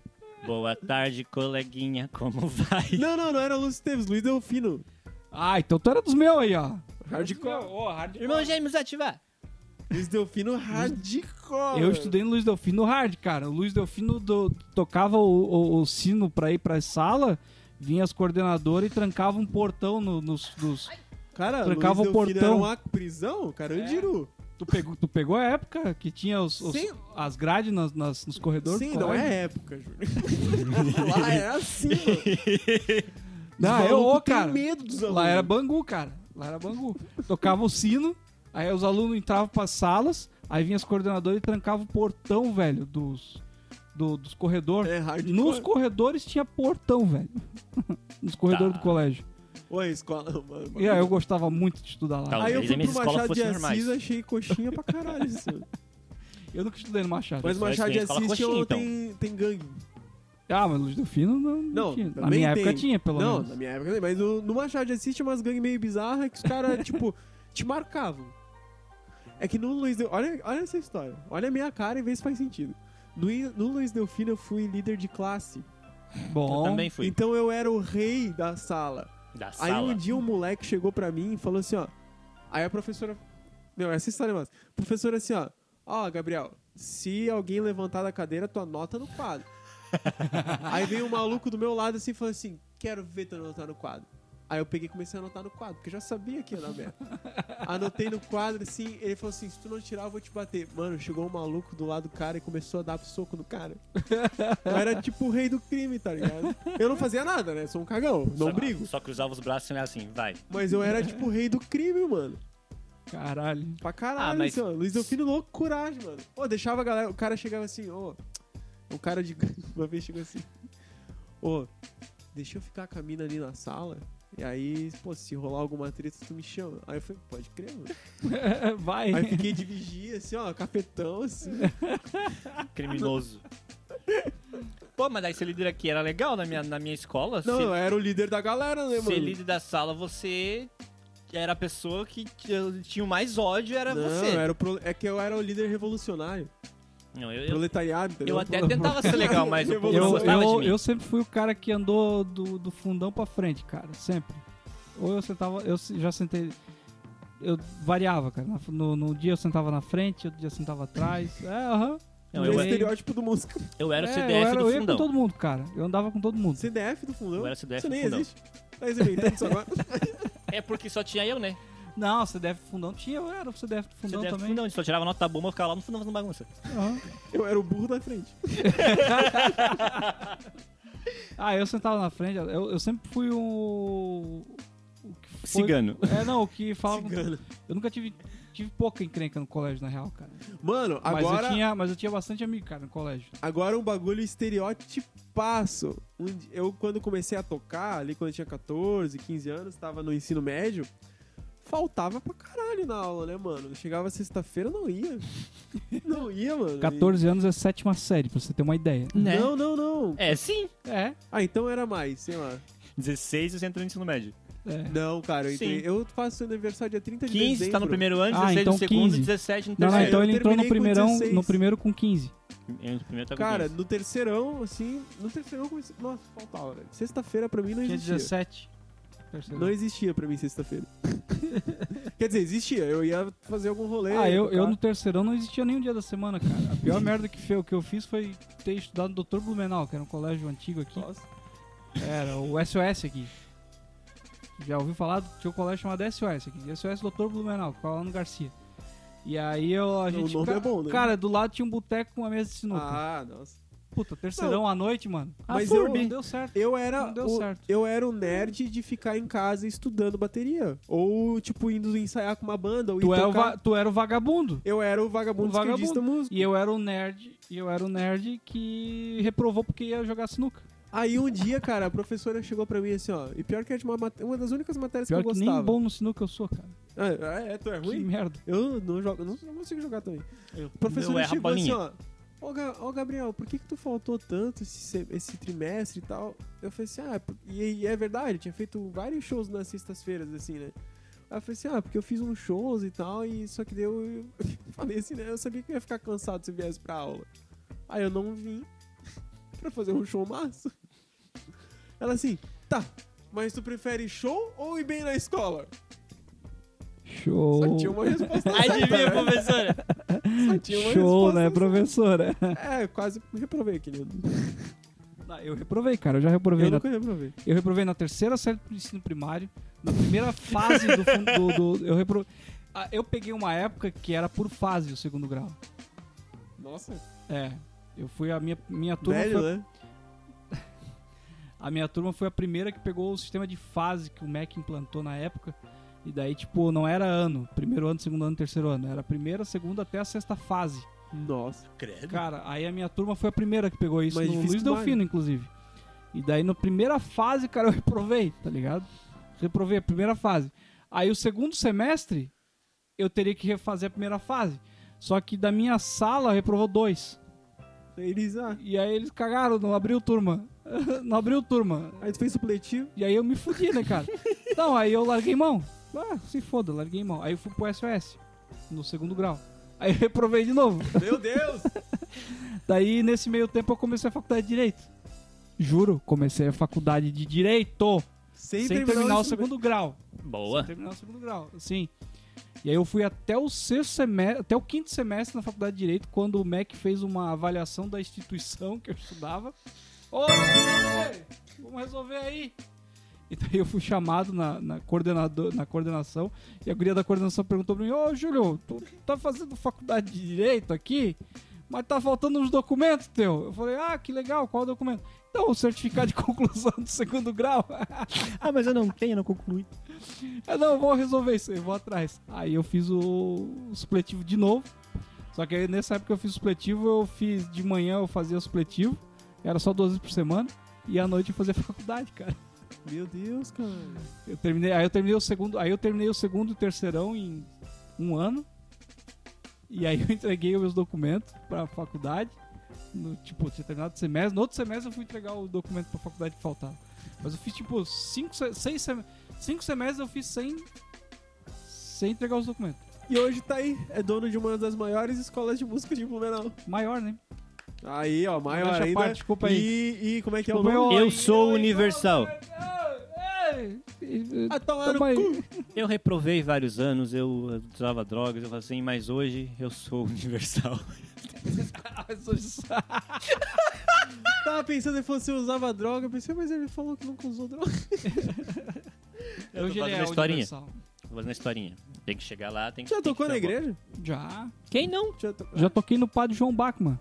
[SPEAKER 3] Boa tarde, coleguinha, como vai?
[SPEAKER 2] Não, não, não era Lúcio Esteves, Luiz Delfino.
[SPEAKER 1] Ah, então tu era dos meus aí, ó.
[SPEAKER 2] Hardcore.
[SPEAKER 3] Irmão gêmeos, ativar!
[SPEAKER 2] Luiz Delfino, hardcore.
[SPEAKER 1] Eu estudei no Luiz Delfino Hard, cara. O Luiz Delfino do- tocava o, o- o sino pra ir pra sala, vinha as coordenadoras e trancava um portão no- nos. nos-
[SPEAKER 2] Cara,
[SPEAKER 1] Trancava
[SPEAKER 2] Luiz
[SPEAKER 1] o
[SPEAKER 2] Delfino
[SPEAKER 1] portão.
[SPEAKER 2] era uma prisão? Carandiru.
[SPEAKER 1] Tu, pegou, tu pegou a época que tinha os, os-
[SPEAKER 2] Sim.
[SPEAKER 1] as grades nas, nas- nos corredores?
[SPEAKER 2] Sim,
[SPEAKER 1] do
[SPEAKER 2] não
[SPEAKER 1] colégio?
[SPEAKER 2] é época, Júlio. lá é assim, mano.
[SPEAKER 1] Não, eu, ô, cara.
[SPEAKER 2] Tem medo dos
[SPEAKER 1] Lá
[SPEAKER 2] alunos.
[SPEAKER 1] era Bangu, cara. Lá era Bangu. Tocava o sino, aí os alunos entravam pras salas, aí vinha as coordenadoras e trancava o portão, velho, dos, do- dos corredores.
[SPEAKER 2] É hardcore.
[SPEAKER 1] Nos corredores tinha portão, velho. Nos corredores
[SPEAKER 3] Tá.
[SPEAKER 1] do colégio.
[SPEAKER 2] Oi, escola, mano.
[SPEAKER 1] E aí eu gostava muito de estudar lá.
[SPEAKER 3] Tá.
[SPEAKER 2] Aí eu
[SPEAKER 3] Talvez
[SPEAKER 2] fui
[SPEAKER 3] a minha
[SPEAKER 2] pro
[SPEAKER 3] escola
[SPEAKER 2] Machado de
[SPEAKER 3] fosse
[SPEAKER 2] Assis,
[SPEAKER 3] normais.
[SPEAKER 2] achei coxinha pra caralho isso.
[SPEAKER 1] Eu nunca estudei no Machado.
[SPEAKER 2] Mas
[SPEAKER 3] Mas
[SPEAKER 2] Machado de
[SPEAKER 3] tem escola
[SPEAKER 2] Assis
[SPEAKER 3] coxinha,
[SPEAKER 2] tinha-
[SPEAKER 3] então.
[SPEAKER 2] tem, tem gangue.
[SPEAKER 1] Ah, mas Luz Delfino não, não,
[SPEAKER 2] Não,
[SPEAKER 1] tinha. Na
[SPEAKER 2] também
[SPEAKER 1] minha
[SPEAKER 2] tem.
[SPEAKER 1] época tinha, pelo
[SPEAKER 2] não,
[SPEAKER 1] menos.
[SPEAKER 2] na minha época também. Mas no, no Machado de Assis tinha umas gangues meio bizarras que os caras, tipo, te marcavam. É que no Luiz Delfino... Olha, olha essa história. Olha a minha cara e vê se faz sentido. No, I- no Luiz Delfino eu fui líder de classe.
[SPEAKER 1] Bom,
[SPEAKER 3] Eu também fui.
[SPEAKER 2] Então eu era o rei da sala.
[SPEAKER 3] Da
[SPEAKER 2] Aí
[SPEAKER 3] sala.
[SPEAKER 2] um dia um moleque chegou pra mim e falou assim, ó. Aí a professora. Meu, essa história é massa. Professora assim, ó. Ó, Gabriel, se alguém levantar da cadeira, tu anota no quadro. Aí veio um maluco do meu lado assim e falou assim: quero ver tu anotar no quadro. Aí eu peguei e comecei a anotar no quadro, porque eu já sabia que ia dar merda. Anotei no quadro assim, ele falou assim: se tu não tirar, eu vou te bater. Mano, chegou um maluco do lado do cara e começou a dar soco no cara. Eu era tipo o rei do crime, tá ligado? Eu não fazia nada, né? Sou um cagão, não
[SPEAKER 3] só,
[SPEAKER 2] brigo.
[SPEAKER 3] Só cruzava os braços e era assim, vai.
[SPEAKER 2] Mas eu era, tipo, o rei do crime, mano.
[SPEAKER 1] caralho.
[SPEAKER 2] Pra caralho,
[SPEAKER 3] Ah, mas-
[SPEAKER 2] assim, ó. Luiz Delfino louco, coragem, mano. Pô, deixava a galera... O cara chegava assim, ô... um cara de... Uma vez chegou assim... Ô, deixa eu ficar com a mina ali na sala... E aí, pô, se rolar alguma treta, tu me chama. Aí eu falei, pode crer, mano.
[SPEAKER 1] Vai.
[SPEAKER 2] Aí fiquei de vigia, assim, ó, cafetão, assim.
[SPEAKER 3] Criminoso. Pô, mas daí ser líder aqui era legal na minha, na minha escola.
[SPEAKER 2] Não,
[SPEAKER 3] ser,
[SPEAKER 2] eu era o líder da galera, né, mano?
[SPEAKER 3] ser líder da sala, você era a pessoa que t- tinha o mais ódio, era
[SPEAKER 2] Não,
[SPEAKER 3] você.
[SPEAKER 2] eu era o pro- é que eu era o líder revolucionário.
[SPEAKER 3] Não, eu, eu-
[SPEAKER 2] Proletariado, entendeu?
[SPEAKER 3] eu até tentava ser legal, mas o povo
[SPEAKER 1] Eu,
[SPEAKER 3] não gostava de
[SPEAKER 1] eu,
[SPEAKER 3] mim.
[SPEAKER 1] eu sempre fui o cara que andou do, do fundão pra frente, cara. Sempre. Ou eu sentava, eu se- já sentei. Eu variava, cara. Na- No, no dia eu sentava na frente, outro dia eu sentava atrás. É, aham.
[SPEAKER 3] Não,
[SPEAKER 2] Esse
[SPEAKER 3] eu,
[SPEAKER 1] Sim.
[SPEAKER 3] era-
[SPEAKER 2] estereótipo do músico.
[SPEAKER 3] eu era o
[SPEAKER 1] É,
[SPEAKER 3] CDF
[SPEAKER 1] eu, era- eu
[SPEAKER 3] do
[SPEAKER 1] ia com
[SPEAKER 3] fundão.
[SPEAKER 1] todo mundo, cara. Eu andava com todo mundo.
[SPEAKER 2] CDF do fundão.
[SPEAKER 3] Eu era CDF
[SPEAKER 2] isso
[SPEAKER 3] do
[SPEAKER 2] nem
[SPEAKER 3] fundão.
[SPEAKER 2] existe. Tá inventando isso agora.
[SPEAKER 3] É porque só tinha eu, né?
[SPEAKER 1] Não, CDF do fundão tinha, eu era o CDF do fundão
[SPEAKER 3] CDF do
[SPEAKER 1] também.
[SPEAKER 3] fundão, a gente só tirava nota bomba, eu ficava lá no fundão fazendo bagunça.
[SPEAKER 1] Aham.
[SPEAKER 2] Eu era o burro da frente.
[SPEAKER 1] Ah, eu sentava na frente. Eu, eu sempre fui um. o que- foi-
[SPEAKER 3] Cigano.
[SPEAKER 1] É, não, o que
[SPEAKER 3] Tá
[SPEAKER 1] fala.
[SPEAKER 2] Cigano.
[SPEAKER 1] Eu nunca tive, tive pouca encrenca no colégio, na real, cara.
[SPEAKER 2] Mano,
[SPEAKER 1] Mas, eu
[SPEAKER 2] agora,
[SPEAKER 1] tinha, mas eu tinha bastante amigo, cara, no colégio.
[SPEAKER 2] agora um bagulho estereotipaço. Um di- eu, quando comecei a tocar, ali quando eu tinha 14, 15 anos, tava no ensino médio, faltava pra caralho na aula, né, mano? Chegava sexta-feira, não ia. Não ia, mano. E-
[SPEAKER 1] 14 anos é sétima série, pra você ter uma ideia.
[SPEAKER 3] Né?
[SPEAKER 2] Não, não, não.
[SPEAKER 3] É, sim.
[SPEAKER 1] É,
[SPEAKER 2] Ah, então era mais, sei lá.
[SPEAKER 3] 16 você entrou no ensino médio.
[SPEAKER 1] é.
[SPEAKER 2] Não, cara, eu, entrei-
[SPEAKER 3] Sim.
[SPEAKER 2] eu faço aniversário dia 30 de
[SPEAKER 3] 15
[SPEAKER 2] dezembro.
[SPEAKER 3] tá no primeiro ano,
[SPEAKER 1] Ah,
[SPEAKER 3] 16
[SPEAKER 1] então
[SPEAKER 3] no segundo,
[SPEAKER 1] 15.
[SPEAKER 3] 17 no
[SPEAKER 1] Não, então- não,
[SPEAKER 2] É,
[SPEAKER 3] terceiro.
[SPEAKER 1] então
[SPEAKER 2] eu
[SPEAKER 1] ele entrou no
[SPEAKER 2] terminei com
[SPEAKER 1] primeiro,
[SPEAKER 2] 16.
[SPEAKER 1] no primeiro com 15.
[SPEAKER 3] Eu no primeiro tá com
[SPEAKER 2] Cara,
[SPEAKER 3] 15.
[SPEAKER 2] no terceirão, assim, no terceirão eu comecei... Nossa, faltava, velho. Sexta-feira pra mim não
[SPEAKER 1] Tinha né?
[SPEAKER 2] existia.
[SPEAKER 1] 17.
[SPEAKER 2] Não existia pra mim sexta-feira. Quer dizer, existia. Eu ia fazer algum rolê.
[SPEAKER 1] Ah,
[SPEAKER 2] ia
[SPEAKER 1] eu,
[SPEAKER 2] tocar.
[SPEAKER 1] eu no terceirão não existia nenhum dia da semana, cara. A pior merda que, fe- que eu fiz foi ter estudado no Dr. Blumenau, que era um colégio antigo aqui.
[SPEAKER 2] Nossa.
[SPEAKER 1] Era o SOS aqui. Já ouviu falar? do- Tinha um colégio chamado SOS aqui. SOS Dr. Blumenau, que ficava lá no Garcia. E aí eu, a
[SPEAKER 2] O
[SPEAKER 1] gente.
[SPEAKER 2] nome é bom, né?
[SPEAKER 1] Cara, do lado tinha um boteco com uma mesa de sinuca.
[SPEAKER 2] Ah, nossa.
[SPEAKER 1] Puta, terceirão à noite, mano.
[SPEAKER 2] Mas
[SPEAKER 1] Ah,
[SPEAKER 2] eu-
[SPEAKER 1] não deu certo.
[SPEAKER 2] Eu era,
[SPEAKER 1] Não deu
[SPEAKER 2] o,
[SPEAKER 1] certo.
[SPEAKER 2] eu era o nerd de ficar em casa estudando bateria. Ou, tipo, indo ensaiar com uma banda. Ou ir
[SPEAKER 1] Tu, é o
[SPEAKER 2] tocar.
[SPEAKER 1] va- tu era o vagabundo.
[SPEAKER 2] Eu era o vagabundo,
[SPEAKER 1] O vagabundo.
[SPEAKER 2] esquerdista músico.
[SPEAKER 1] E eu era o nerd, e eu era o nerd que reprovou porque ia jogar sinuca.
[SPEAKER 2] Aí um dia, cara, a professora chegou pra mim assim, ó. E pior que é de uma, mate- uma das únicas matérias
[SPEAKER 1] Pior
[SPEAKER 2] que eu
[SPEAKER 1] que
[SPEAKER 2] gostava.
[SPEAKER 1] nem bom no sinuca eu sou, cara.
[SPEAKER 2] Ah, é, é, tu é
[SPEAKER 1] Que
[SPEAKER 2] ruim?
[SPEAKER 1] merda.
[SPEAKER 2] Eu não jogo, não, não consigo jogar também. O professor
[SPEAKER 3] eu erro a
[SPEAKER 2] chegou assim,
[SPEAKER 3] bolinha.
[SPEAKER 2] ó. Ô, Ga- ô, Gabriel, por que, que tu faltou tanto esse, se- esse trimestre e tal? Eu falei assim, ah, por- e, e é verdade, eu tinha feito vários shows nas sextas-feiras, assim, né? Aí eu falei assim, ah, porque eu fiz uns shows e tal, e só que deu. Eu falei assim, né? Eu sabia que eu ia ficar cansado se eu viesse pra aula. Aí eu não vim pra fazer um show massa. Ela assim, tá, mas tu prefere show ou ir bem na escola? Só tinha
[SPEAKER 1] Show.
[SPEAKER 2] uma resposta. né?
[SPEAKER 3] Adivinha, professora?
[SPEAKER 2] Só tinha uma
[SPEAKER 1] Show,
[SPEAKER 2] resposta
[SPEAKER 1] né,
[SPEAKER 2] certa.
[SPEAKER 1] professora?
[SPEAKER 2] É, quase reprovei aquele ano.
[SPEAKER 1] Tá eu reprovei, cara. Eu já reprovei.
[SPEAKER 2] Eu
[SPEAKER 1] na-
[SPEAKER 2] nunca reprovei.
[SPEAKER 1] Eu reprovei na terceira série do ensino primário, na primeira fase do, fun- do, do- eu repro... Ah, Eu peguei uma época que era por fase o segundo grau.
[SPEAKER 2] Nossa,
[SPEAKER 1] É. Eu fui a minha, minha turma.
[SPEAKER 2] velho,
[SPEAKER 1] foi,
[SPEAKER 2] né?
[SPEAKER 1] a minha turma foi a primeira que pegou o sistema de fase que o MEC implantou na época. E daí, tipo, não era ano. Primeiro ano, segundo ano, terceiro ano. Era a primeira, segunda até a sexta fase.
[SPEAKER 2] Nossa.
[SPEAKER 3] Credo.
[SPEAKER 1] Cara, aí a minha turma foi a primeira que pegou isso.
[SPEAKER 2] Mais
[SPEAKER 1] no
[SPEAKER 2] difícil
[SPEAKER 1] Luiz
[SPEAKER 2] que o Magno.
[SPEAKER 1] Delfino, inclusive. E daí, na primeira fase, cara, eu reprovei, tá ligado? Reprovei a primeira fase. Aí, o segundo semestre, eu teria que refazer a primeira fase. Só que da minha sala, reprovou dois.
[SPEAKER 2] Eles, ah,
[SPEAKER 1] E aí, eles cagaram, não abriu turma. não abriu turma.
[SPEAKER 2] aí tu fez supletivo.
[SPEAKER 1] E aí, eu me fudi, né, cara? então, aí eu larguei mão. Ah, se foda, larguei mão. Aí, eu fui pro SOS, no segundo grau. Aí, eu reprovei de novo.
[SPEAKER 2] Meu Deus!
[SPEAKER 1] Daí, nesse meio tempo, eu comecei a faculdade de Direito. Juro, comecei a faculdade de Direito.
[SPEAKER 2] Sem,
[SPEAKER 1] sem terminar, o segundo grau.
[SPEAKER 3] Boa.
[SPEAKER 1] Sem terminar o segundo grau, sim. E aí eu fui até o sexto semestre, até o quinto semestre na faculdade de Direito, quando o MEC fez uma avaliação da instituição que eu estudava. Ô, Lele, vamos resolver aí! E daí eu fui chamado na, na, coordenador, na coordenação, e a guria da coordenação perguntou pra mim, ô Júlio, tu tá fazendo faculdade de Direito aqui? Mas tá faltando uns documentos teu. Eu falei, ah, que legal, qual documento? Então, o certificado de conclusão do segundo grau.
[SPEAKER 3] Ah, mas eu não tenho, não concluí.
[SPEAKER 1] Eu É, não, vou resolver isso aí, vou atrás. Aí eu fiz o, o supletivo de novo. Só que aí nessa época que eu fiz o supletivo, eu fiz de manhã, eu fazia supletivo, era só duas vezes por semana, e à noite eu fazia faculdade, cara.
[SPEAKER 2] Meu Deus, cara.
[SPEAKER 1] Eu terminei, aí eu terminei o segundo, aí eu terminei o segundo e o terceirão em um ano. E aí eu entreguei os meus documentos pra faculdade. No, tipo, eu tinha terminado o semestre. No outro semestre eu fui entregar o documento pra faculdade que faltava. Mas eu fiz tipo cinco, se- seis sem- cinco semestres eu fiz sem, sem entregar os documentos.
[SPEAKER 2] E hoje tá aí, é dono de uma das maiores escolas de música de Blumenau.
[SPEAKER 1] Maior, né?
[SPEAKER 2] Aí, ó, maior
[SPEAKER 1] Deixa a
[SPEAKER 2] ainda.
[SPEAKER 1] parte, desculpa aí. Tipo,
[SPEAKER 2] E, e como é que
[SPEAKER 1] Desculpa
[SPEAKER 2] é o nome?
[SPEAKER 1] aí,
[SPEAKER 3] Eu sou universal.
[SPEAKER 2] Ah, tomar no
[SPEAKER 1] Toma aí.
[SPEAKER 2] cu.
[SPEAKER 3] Eu reprovei vários anos, eu usava drogas, eu falei assim, mas hoje eu sou universal.
[SPEAKER 2] Tava pensando se fosse usava droga, eu pensei, mas ele falou que nunca usou droga.
[SPEAKER 3] Eu
[SPEAKER 1] Hoje ele
[SPEAKER 3] tô fazendo
[SPEAKER 1] é
[SPEAKER 3] a historinha.
[SPEAKER 1] universal.
[SPEAKER 3] Vou fazer uma historinha. Tem que chegar lá, tem que.
[SPEAKER 2] Já
[SPEAKER 3] tem que
[SPEAKER 2] tocou na
[SPEAKER 3] dar uma-
[SPEAKER 2] igreja?
[SPEAKER 1] Já.
[SPEAKER 3] Quem não?
[SPEAKER 2] Já tocou.
[SPEAKER 1] Já toquei no padre João Bachmann.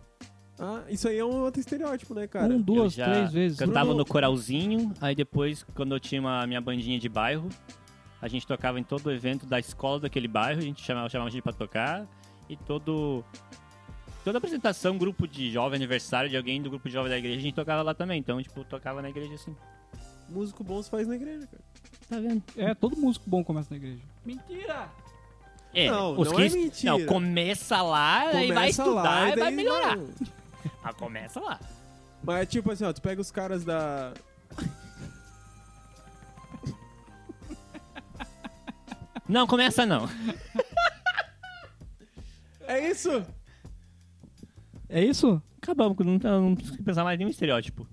[SPEAKER 2] Ah, isso aí é um outro estereótipo, né, cara?
[SPEAKER 1] um, duas,
[SPEAKER 3] eu já
[SPEAKER 1] três vezes.
[SPEAKER 3] Cantava
[SPEAKER 2] Bruno-
[SPEAKER 3] no coralzinho, aí depois, quando eu tinha uma minha bandinha de bairro, A gente tocava em todo o evento da escola daquele bairro, a gente chamava, chamava a gente pra tocar. E todo. Toda apresentação, grupo de jovem, aniversário de alguém do grupo de jovem da igreja, a gente tocava lá também. Então, tipo, tocava na igreja assim.
[SPEAKER 2] Músico bom se faz na igreja, cara.
[SPEAKER 3] Tá vendo?
[SPEAKER 1] É, todo músico bom começa na igreja. Mentira!
[SPEAKER 3] É,
[SPEAKER 2] Não,
[SPEAKER 3] os
[SPEAKER 2] não
[SPEAKER 3] que
[SPEAKER 2] é
[SPEAKER 3] est-
[SPEAKER 2] mentira.
[SPEAKER 3] Não, começa lá, aí vai
[SPEAKER 2] Começa
[SPEAKER 3] estudar
[SPEAKER 2] lá
[SPEAKER 3] É, e vai
[SPEAKER 2] daí
[SPEAKER 3] melhorar. Ah, começa lá.
[SPEAKER 2] Mas é tipo assim, ó, tu pega os caras da.
[SPEAKER 3] Não, começa não.
[SPEAKER 2] É isso?
[SPEAKER 1] É isso?
[SPEAKER 3] Acabamos, não, não preciso pensar mais em nenhum estereótipo.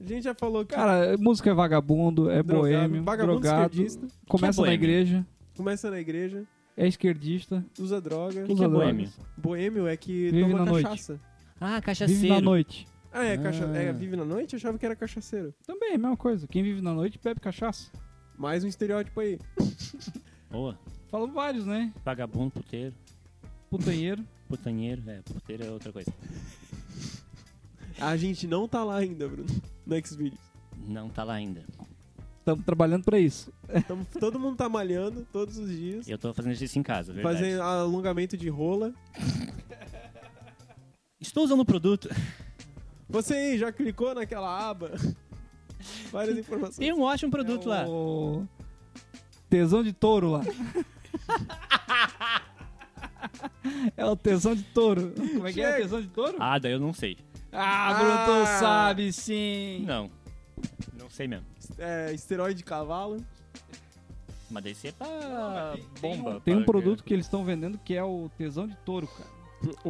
[SPEAKER 2] A gente já falou que.
[SPEAKER 1] Cara, música é vagabundo, é
[SPEAKER 2] Drogado,
[SPEAKER 1] boêmio,
[SPEAKER 2] vagabundo
[SPEAKER 1] drogado,
[SPEAKER 2] esquerdista.
[SPEAKER 1] começa
[SPEAKER 3] Que é
[SPEAKER 1] na
[SPEAKER 3] boêmio?
[SPEAKER 1] igreja,
[SPEAKER 2] Começa na igreja,
[SPEAKER 1] é esquerdista,
[SPEAKER 2] usa
[SPEAKER 1] Quem
[SPEAKER 2] droga.
[SPEAKER 3] Que é
[SPEAKER 1] Usa drogas.
[SPEAKER 3] boêmio.
[SPEAKER 2] Boêmio é que
[SPEAKER 1] Vive
[SPEAKER 2] toma
[SPEAKER 1] na noite.
[SPEAKER 2] cachaça.
[SPEAKER 3] Ah,
[SPEAKER 1] vive na
[SPEAKER 3] cachaceiro.
[SPEAKER 1] noite.
[SPEAKER 2] Ah, é, cacha...
[SPEAKER 3] Ah.
[SPEAKER 2] é, vive na noite? Eu achava que era cachaceiro.
[SPEAKER 1] Também, é mesma coisa. Quem vive na noite bebe cachaça.
[SPEAKER 2] Mais um estereótipo aí.
[SPEAKER 3] Boa.
[SPEAKER 1] Falam vários, né?
[SPEAKER 3] Vagabundo, puteiro.
[SPEAKER 1] Putanheiro.
[SPEAKER 3] Putanheiro. É, puteiro é outra coisa.
[SPEAKER 2] A gente não tá lá ainda, Bruno. No Xvideos.
[SPEAKER 3] Não tá lá ainda.
[SPEAKER 1] Estamos trabalhando pra isso.
[SPEAKER 2] Tamo- Todo mundo tá malhando todos os dias.
[SPEAKER 3] Eu tô fazendo isso em casa, É verdade.
[SPEAKER 2] Fazendo alongamento de rola.
[SPEAKER 3] Estou usando o produto.
[SPEAKER 2] Você aí, já clicou naquela aba? Várias informações.
[SPEAKER 3] Tem um ótimo produto lá.
[SPEAKER 1] É O... Tesão de touro lá. é o tesão de touro. Como é que é?
[SPEAKER 2] Chega.
[SPEAKER 1] Tesão de touro?
[SPEAKER 3] Ah, daí eu não sei.
[SPEAKER 1] Ah, Bruno, tu
[SPEAKER 2] Ah.
[SPEAKER 1] sabe sim.
[SPEAKER 3] Não. Não sei mesmo.
[SPEAKER 2] É, esteroide de cavalo.
[SPEAKER 3] Mas daí você é pra bomba. tá,
[SPEAKER 1] Tem um
[SPEAKER 3] pra-
[SPEAKER 1] produto que eles estão vendendo que é o tesão de touro, cara.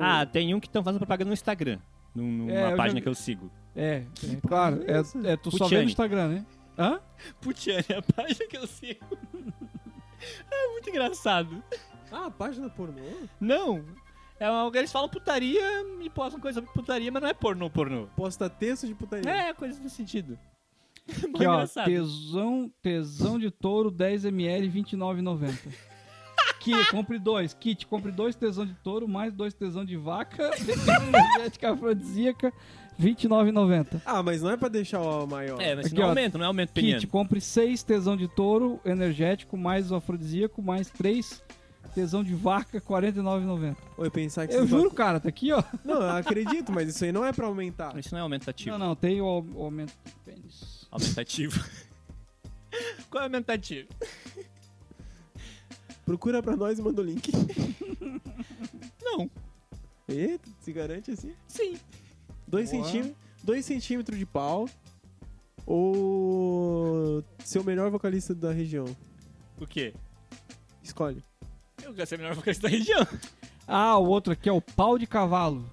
[SPEAKER 3] Ah, tem um que estão fazendo propaganda no Instagram. num- Numa
[SPEAKER 1] É, eu já
[SPEAKER 3] página
[SPEAKER 1] vi.
[SPEAKER 3] que eu sigo.
[SPEAKER 1] É, é, claro. É, é, tu só
[SPEAKER 3] Pucciani.
[SPEAKER 1] vê no Instagram, né? Hã?
[SPEAKER 3] Putiane, é a página que eu sigo. É muito engraçado.
[SPEAKER 2] Ah, página pornô?
[SPEAKER 3] Não. É uma, eles falam putaria e postam coisa sobre putaria, mas não é pornô, pornô.
[SPEAKER 2] Posta texto de putaria.
[SPEAKER 3] É, coisa desse sentido. Muito
[SPEAKER 1] Aqui, ó,
[SPEAKER 3] é engraçado.
[SPEAKER 1] tesão, tesão de touro 10ml 29,90. Que, compre dois. Kit, compre dois tesão de touro, mais dois tesão de vaca, energética afrodisíaca, 29,90.
[SPEAKER 2] Ah, mas não é pra deixar o maior.
[SPEAKER 3] É, mas
[SPEAKER 1] Aqui,
[SPEAKER 3] não
[SPEAKER 1] ó, tipo-
[SPEAKER 3] aumenta, não é aumento peniano.
[SPEAKER 1] Kit, compre seis tesão de touro, energético, mais o afrodisíaco, mais três tesão de vaca, 49,90.
[SPEAKER 2] Ou eu pensar que
[SPEAKER 1] Eu
[SPEAKER 2] esses
[SPEAKER 1] juro,
[SPEAKER 2] bacu-
[SPEAKER 1] cara, tá aqui, ó.
[SPEAKER 2] Não, eu acredito, mas isso aí não é pra aumentar.
[SPEAKER 3] Isso não é aumentativo.
[SPEAKER 1] Não, não, tem o au- o aumento de pênis.
[SPEAKER 3] Aumentativo. Qual é o aumentativo?
[SPEAKER 2] Procura pra nós e manda o link.
[SPEAKER 3] Não.
[SPEAKER 2] Eita, se garante assim?
[SPEAKER 3] Sim.
[SPEAKER 2] 2
[SPEAKER 1] Boa.
[SPEAKER 2] centímetros, dois centímetros de pau ou ser o melhor vocalista da região?
[SPEAKER 3] O quê?
[SPEAKER 2] Escolhe.
[SPEAKER 3] Eu quero ser a melhor vocalista da região.
[SPEAKER 1] Ah, o outro aqui é o pau de cavalo.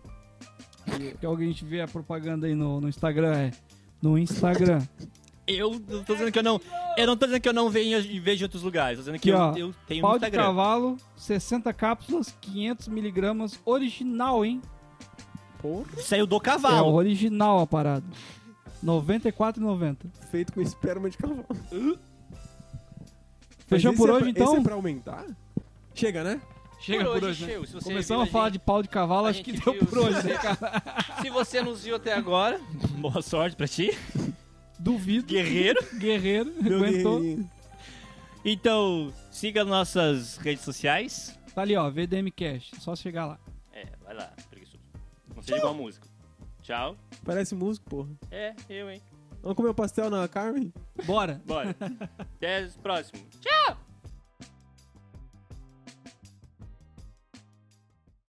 [SPEAKER 1] Que alguém a gente vê a propaganda aí no, no Instagram, é. No Instagram.
[SPEAKER 3] Eu não tô dizendo que eu não. Eu não tô dizendo que eu não venho e vejo em outros lugares. Tô dizendo que
[SPEAKER 1] Aqui,
[SPEAKER 3] eu,
[SPEAKER 1] ó.
[SPEAKER 3] eu tenho no
[SPEAKER 1] pau de
[SPEAKER 3] Instagram.
[SPEAKER 1] cavalo, 60 cápsulas, 500 miligramas, original, hein?
[SPEAKER 2] Porra.
[SPEAKER 3] Saiu do
[SPEAKER 1] É o
[SPEAKER 3] cavalo.
[SPEAKER 1] original a parada. 94,90.
[SPEAKER 2] Feito com esperma de cavalo.
[SPEAKER 1] Fechamos por
[SPEAKER 2] Esse é
[SPEAKER 1] hoje,
[SPEAKER 2] pra-
[SPEAKER 1] então?
[SPEAKER 2] Esse é pra aumentar? Chega, né?
[SPEAKER 1] Chega
[SPEAKER 5] Por
[SPEAKER 1] por hoje,
[SPEAKER 5] hoje,
[SPEAKER 1] né?
[SPEAKER 5] chegou. Se você
[SPEAKER 1] Começamos a
[SPEAKER 5] viu
[SPEAKER 1] falar
[SPEAKER 5] gente-
[SPEAKER 1] de pau de cavalo,
[SPEAKER 5] a
[SPEAKER 1] acho que
[SPEAKER 5] gente
[SPEAKER 1] deu
[SPEAKER 5] viu,
[SPEAKER 1] por hoje,
[SPEAKER 5] se
[SPEAKER 1] né,
[SPEAKER 5] você-
[SPEAKER 1] cara?
[SPEAKER 5] Se você nos viu até agora,
[SPEAKER 1] É,
[SPEAKER 3] Boa sorte pra ti.
[SPEAKER 1] Duvido.
[SPEAKER 3] Guerreiro.
[SPEAKER 1] Guerreiro,
[SPEAKER 2] Meu
[SPEAKER 1] aguentou.
[SPEAKER 2] guerreirinho.
[SPEAKER 3] Então, siga nossas redes sociais.
[SPEAKER 1] Tá ali, ó, VDM Cash. Só chegar lá.
[SPEAKER 3] É, vai lá, preguiçoso. Não seja igual a música. Tchau.
[SPEAKER 2] Parece músico, porra.
[SPEAKER 3] É, eu, hein?
[SPEAKER 2] Vamos comer o pastel na Carmen?
[SPEAKER 1] Bora.
[SPEAKER 3] Bora. Até o próximo. Tchau.